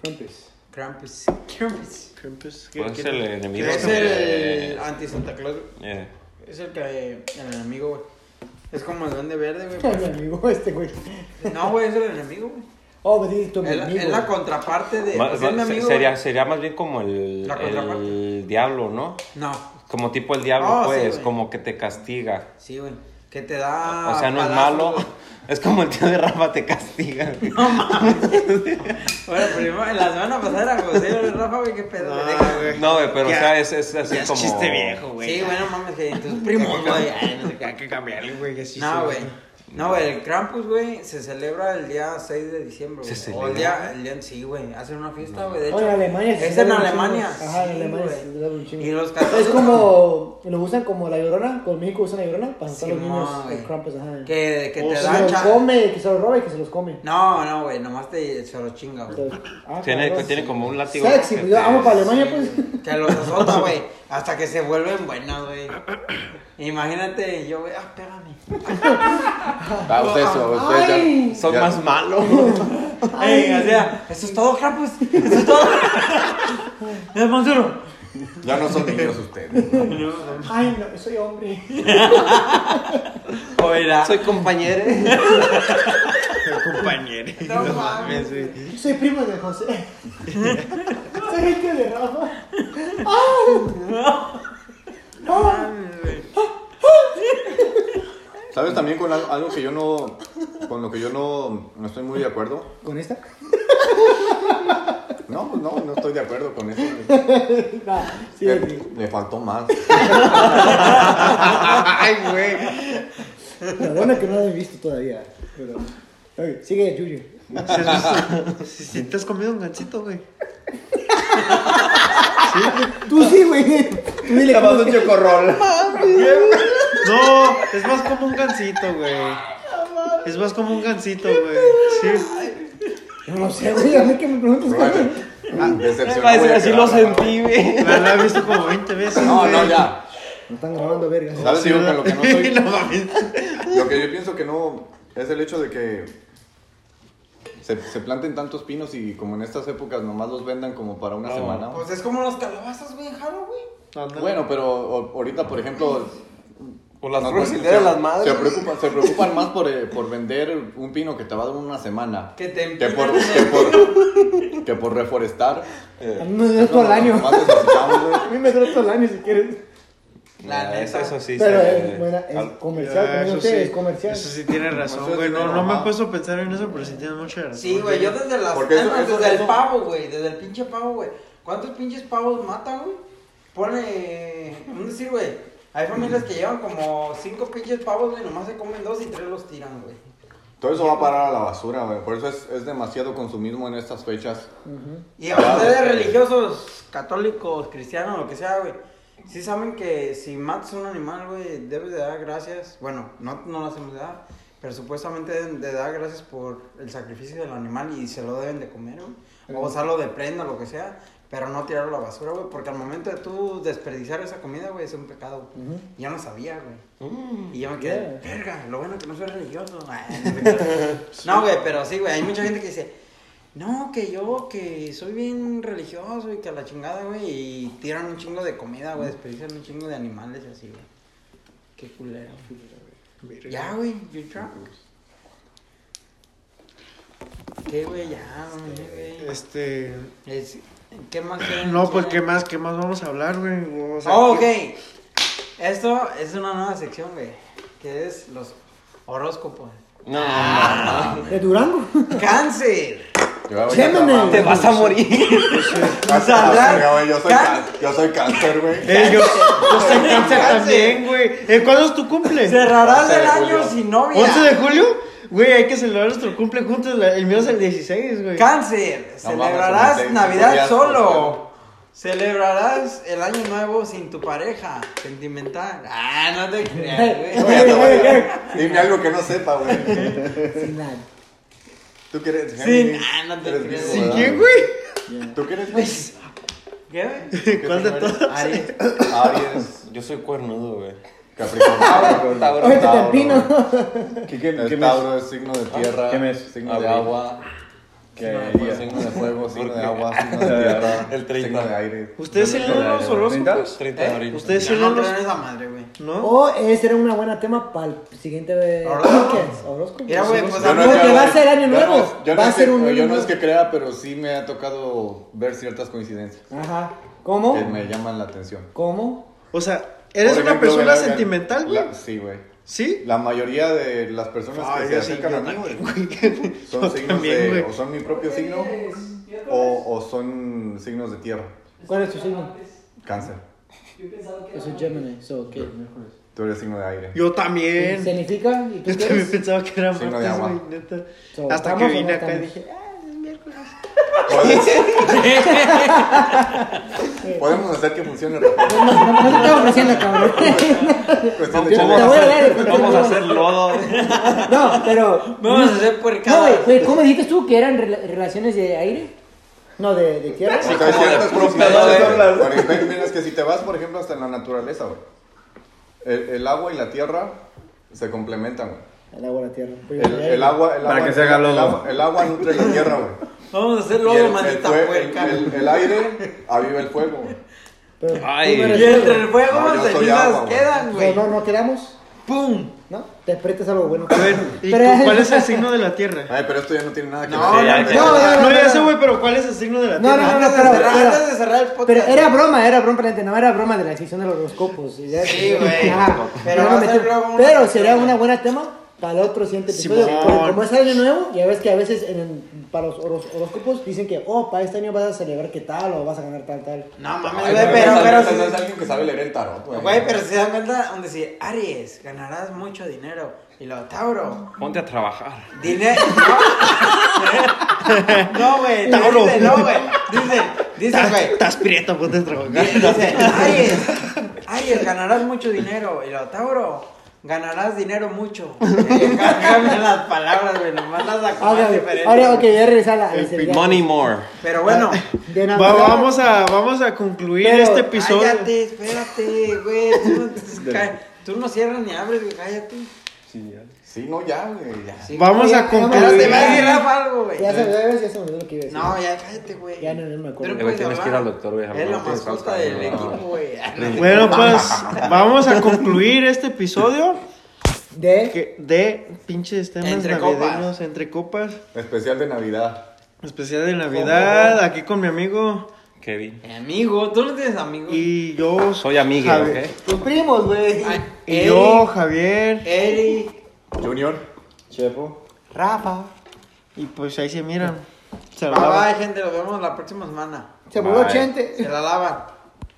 Crumpets. Krampus. Krampus. Krampus, ¿qué- Puede qué- ser Pues, el enemigo. Es de- el anti-Santa Claus, güey. Eh, Es el que... El enemigo, güey. Es como el duende verde, güey. Mi amigo, este güey. pero- No, güey, es el enemigo, güey. Oh, me dices tu Es la, amigo. es la contraparte de... ma- pues, ma- es mi amigo, sería, güey. sería más bien como el, La contraparte. el diablo, ¿no? No, Como tipo el diablo, Oh, sí, pues, güey. Ah, como que te castiga. Sí, güey. Que te da. o sea, no es palazos, malo. güey. Es como el tío de Rafa te castiga. Bueno, primero, la semana pasada era José güey, Rafa, güey, qué pedo. Ah, güey, deja. güey. No, güey, pero o Ya- sea, es, es así ya es como. chiste viejo, güey. Sí, bueno, mames, que tus primos, güey. ay, no sé qué. Hay que cambiarle, güey. que sí No, se- güey. No, güey, el Krampus, güey, se celebra el día 6 de diciembre, güey. ¿Se O el celebra? día, el día, sí, güey. Hacen una fiesta, güey. De Oh, hecho, en Alemania. se Es en celebra un chingo. Alemania. Ajá, en sí, Alemania. güey. se celebra un chingo. Y los Es católicos. como. Lo usan como la llorona. Con México usan la llorona. Para asustar a los Simón, niños. güey. Los crumpets, ajá. Que, que O te se dan los cha- come, que se los roba y que se los come. No, no, güey, nomás te se los chinga, güey. Entonces, ah, Tiene, cabrón. tiene como un látigo. Sexy, que pues yo te- amo para Alemania, pues. Que los azota, güey. Hasta que se vuelven buenos, güey. Imagínate, yo, güey, ah, pégame. Ah, usted eso, usted ya- Ay. ya- malos. Ey, o sea, eso es todo, Crapus. Eso es todo. Es Mansuro. Ya no son niños ustedes. ¿no? Ay, no, soy hombre. Oiga. Soy compañero. Compañero. No mames, güey. Soy primo de José. soy el tío de Rafa. ¿Sabes también con al- algo que yo no. Con lo que yo no, no estoy muy de acuerdo? ¿Con esta? No, no, no estoy de acuerdo con eso. Nah, sí, Eh, sí. le faltó más. Ay, güey. La buena que no la he visto todavía. Pero... Oye, sigue, Yuyu. Si- Si, si te has comido un gancito, güey. Tú sí, güey. Tú dile Le cómo un chocorrol. No, es más como un gancito, güey. Es más como un gancito, güey. Sí. Yo no sé, güey. A mí que me preguntas. Bueno, decepcionado Ah, voy a Así quedar, lo la verdad. sentí, güey. La, la he visto como 20 veces. No, güey. no, ya. No están grabando, verga. ¿Sabes? Digo que lo que no soy. No mames. Lo que yo pienso que no es el hecho de que se, se planten tantos pinos y como en estas épocas nomás los vendan como para una semana. Pues es como los calabazas, güey, en Halloween. Ándale. bueno, pero o- ahorita, por ejemplo... Por las no, flores se- y le dan se- las madres. Se preocupan, se preocupan más por, eh, por vender un pino que te va a dar una semana. Que te que por, empinan que por, que por reforestar. A mí me dura todo el año. Más necesitamos, güey. A mí me dura todo el año si quieres. La Ah, eso, neta. eso sí. Pero se- es buena, es al- comercial. Ya, como dicen Ah, eso ustedes, sí, comercial. Eso sí tiene razón, Eso güey. sí No, tiene no me he mamá. puesto a pensar en eso, pero sí tiene mucha razón. Sí, güey, yo desde las. Porque eso- es más, eso- desde eso- el pavo, güey. Desde el pinche pavo, güey. ¿Cuántos pinches pavos mata, güey? Pone. ¿Cómo decir, güey? Hay familias que llevan como cinco pinches pavos, güey. Nomás se comen dos y tres los tiran, güey. Todo eso va a parar a la basura, güey. Por eso es, es demasiado consumismo en estas fechas. Y a ustedes religiosos, católicos, cristianos, lo que sea, güey. Sí saben que si matas a un animal, güey, debes de dar gracias. Bueno, no, no lo hacemos de dar, pero supuestamente deben de dar gracias por el sacrificio del animal y se lo deben de comer, güey. O usarlo de prenda, lo que sea, pero no tirarlo a la basura, güey. Porque al momento de tú desperdiciar esa comida, güey, es un pecado. güey. Ujú. Yo no sabía, güey. y yo me quedé, verga, lo bueno que no soy religioso. Ay, no te creas. No, güey, pero sí, güey, hay mucha gente que dice... No, que yo, que soy bien religioso y que a la chingada, güey, y tiran un chingo de comida, güey, desperdician un chingo de animales y así, güey. Qué culero. güey. Ya, güey, you drunk. ¿Qué, güey? Ya, güey, güey. Este. Es- ¿Qué más? quieren? No, pues qué más, qué más vamos a hablar, güey. O sea, Oh, ¿qué- ok. Esto es una nueva sección, güey, que es los horóscopos. No, no, no. De Durango. ¡Cáncer! Yo, Llámame. yo- Te vas a morir. Yo, yo Can- soy can- yo soy cáncer, güey. Eh, yo, yo soy cáncer Cáncer. también, güey. Eh, ¿Cuándo es tu cumple? Cerrarás 11 de el año julio. sin novia. ¿11 de julio? Güey, hay que celebrar nuestro cumple juntos. la- El mío es el 16, güey. Cáncer, No celebrarás mames, Navidad podrías- solo. Celebrarás el año nuevo sin tu pareja sentimental. Ah, no te creas, Güey, güey. ya te voy a- Dime algo que no sepa, güey. Sin nada. Tú que eres Sí, Géminis, ah, no te eres creo. Virgo, Sí, ¿verdad, ¿Quién, güey? Tú que eres Géminis, ¿Qué, güey? tú que ¿Cuál de primero eres Aries. Aries, Yo soy cuernudo, güey. ¿Eh? Capricornio, Tauro. Oye, te Tauro, tempino. ¿Qué, El Tauro es Ah, signo de tierra, ¿Qué mes? signo de Abril. agua, ¿Qué día? signo de fuego, signo de Porque- agua, signo de tierra, El 30. signo de aire. ¿Ustedes se leen los horóscopos? 30 de abril. ¿Ustedes Ya no se leen creo los.? en esa madre, güey. ¿No? O Oh, ese era una buena tema para el siguiente eh, Horóscopo. podcast. Horóscopo. Mira, güey, pues Yo a no mí- es Porque que- va a ser año yo no nuevo, es- yo no va a es ser que- un Yo año no es nuevo. que crea, pero sí me ha tocado ver ciertas coincidencias Ajá. ¿Cómo? que me llaman la atención. ¿Cómo? O sea, ¿eres Por una ejemplo, persona la- la- sentimental, güey? la- Sí, güey. ¿Sí? La mayoría de las personas que se yo sí, acercan yo a mí, güey, también, güey. son Yo signos también, de, güey. o son mi propio signo, o, o son signos de tierra. ¿Cuál es tu signo? Cáncer. Yo soy Gemini, so, ¿qué? Tú eres signo de aire. Yo también. ¿Significa? ¿Y tú Yo qué también eres? pensaba que era Sí, no de martes, agua. güey, neta. So, Hasta ¿estamos que o no vine acá y estamos? dije, ah, es miércoles. Podemos hacer que funcione. Rafa. No, no, no te estaba ofreciendo, cabrón. Cuestión de Yo echarle te voy a ganas. dar. Vamos a hacer lodo. No, pero. Vamos a hacer No, puercadas. güey, güey, ¿cómo dijiste tú que eran rela- relaciones de aire? No, de, de tierra. O sea, hay como de ciertas puro coincidencias, pedo, güey. güey. Por ejemplo, mira, es que si te vas, por ejemplo, hasta en la naturaleza, güey. El, el agua y la tierra se complementan, güey. El agua, la tierra. Pues, El, el agua, el Para agua- que se haga el- el lodo. agua- el agua nutre la tierra, güey. Vamos a hacer Y el- lodo, el manita fue- puerca. el- el- el aire aviva el fuego, güey. Pero, tú me Ay. Y Y resuelves. entre el fuego No, yo las soy cenizas agua, güey. quedan, güey. No, no, no quedamos. ¡Pum! ¿No? Te prestas algo bueno. A ver, ¿y Pero- cu- cuál es el signo de la Tierra? Ay, pero esto ya no tiene nada que No, ver. no, ya, no, ya. no, no, no, No, ya no, sé, no. güey, pero ¿cuál es el signo de la No, Tierra? no, no, Antes de pero- cerrar- pero- antes de cerrar el podcast. Pero era broma, era broma, para no era broma de la sección de los horóscopos. y ya- Sí, güey. Ajá. Pero no va a me ser metí- luego una pero sección, sería ¿no? una buena tema para el otro siguiente episodio. Simón. porque como es año nuevo, ya ves que a veces en el- para los horos- horóscopos dicen que, oh, para este año vas a celebrar qué tal o vas a ganar tal, tal. No mames, Ay, güey, pero, pero, pero, esa- esa es si- alguien que sabe leer el tarot, güey. güey, pero si se dan cuenta, donde si Aries, ganarás mucho dinero. Y lo Tauro, Ponte a trabajar. dinero. No, güey, Tauro. Dice, no, güey. Dice, dice, Estás- güey. Estás prieto, ponte a trabajar. Dice, Aries, Aries, ganarás mucho dinero. Y lo Tauro, ganarás dinero mucho. Eh, cá- Cambia las palabras, güey, nomás las Ahora, acomodas Ah, diferente. ahora, Ah, ok, Ah, voy a regresar a la. a la seriedad. Money more. Pero bueno. De nada. Va- vamos, a, vamos a concluir Pero- este episodio. Cállate, espérate, güey. Tú, no- ca- tú no cierras ni abres, güey, cállate. Sí, ya. Sí, no, ya, güey. ya. Sí, Vamos Ya- a ya Pero te va a Ay. decir concluir. Rafa algo, güey. Ya se me olvidó, ya se me olvidó lo que iba a decir. No, ya cállate, güey. Ya no, no me acuerdo. Tú Eh, güey, puedes tienes hablar. que ir al doctor, güey, Es jamás la no tienes mascota alta, del no. equipo, güey. Bueno, pues vamos a concluir este episodio De. que- de pinches temas Entre navideños entre copas. Especial de Navidad. Especial de Navidad, aquí con mi amigo. Kevin. Mi Amigo, tú no tienes amigos. Y yo Soy amigue, Javi- ¿ok? Tus primos, güey. Ay, Y yo, Eric, Javier. Eric, Junior. Chepo. Rafa. Y pues ahí se miran. Se bye lavan. bye, gente. Nos vemos la próxima semana. Se murió Bye. Chente. Se la lavan.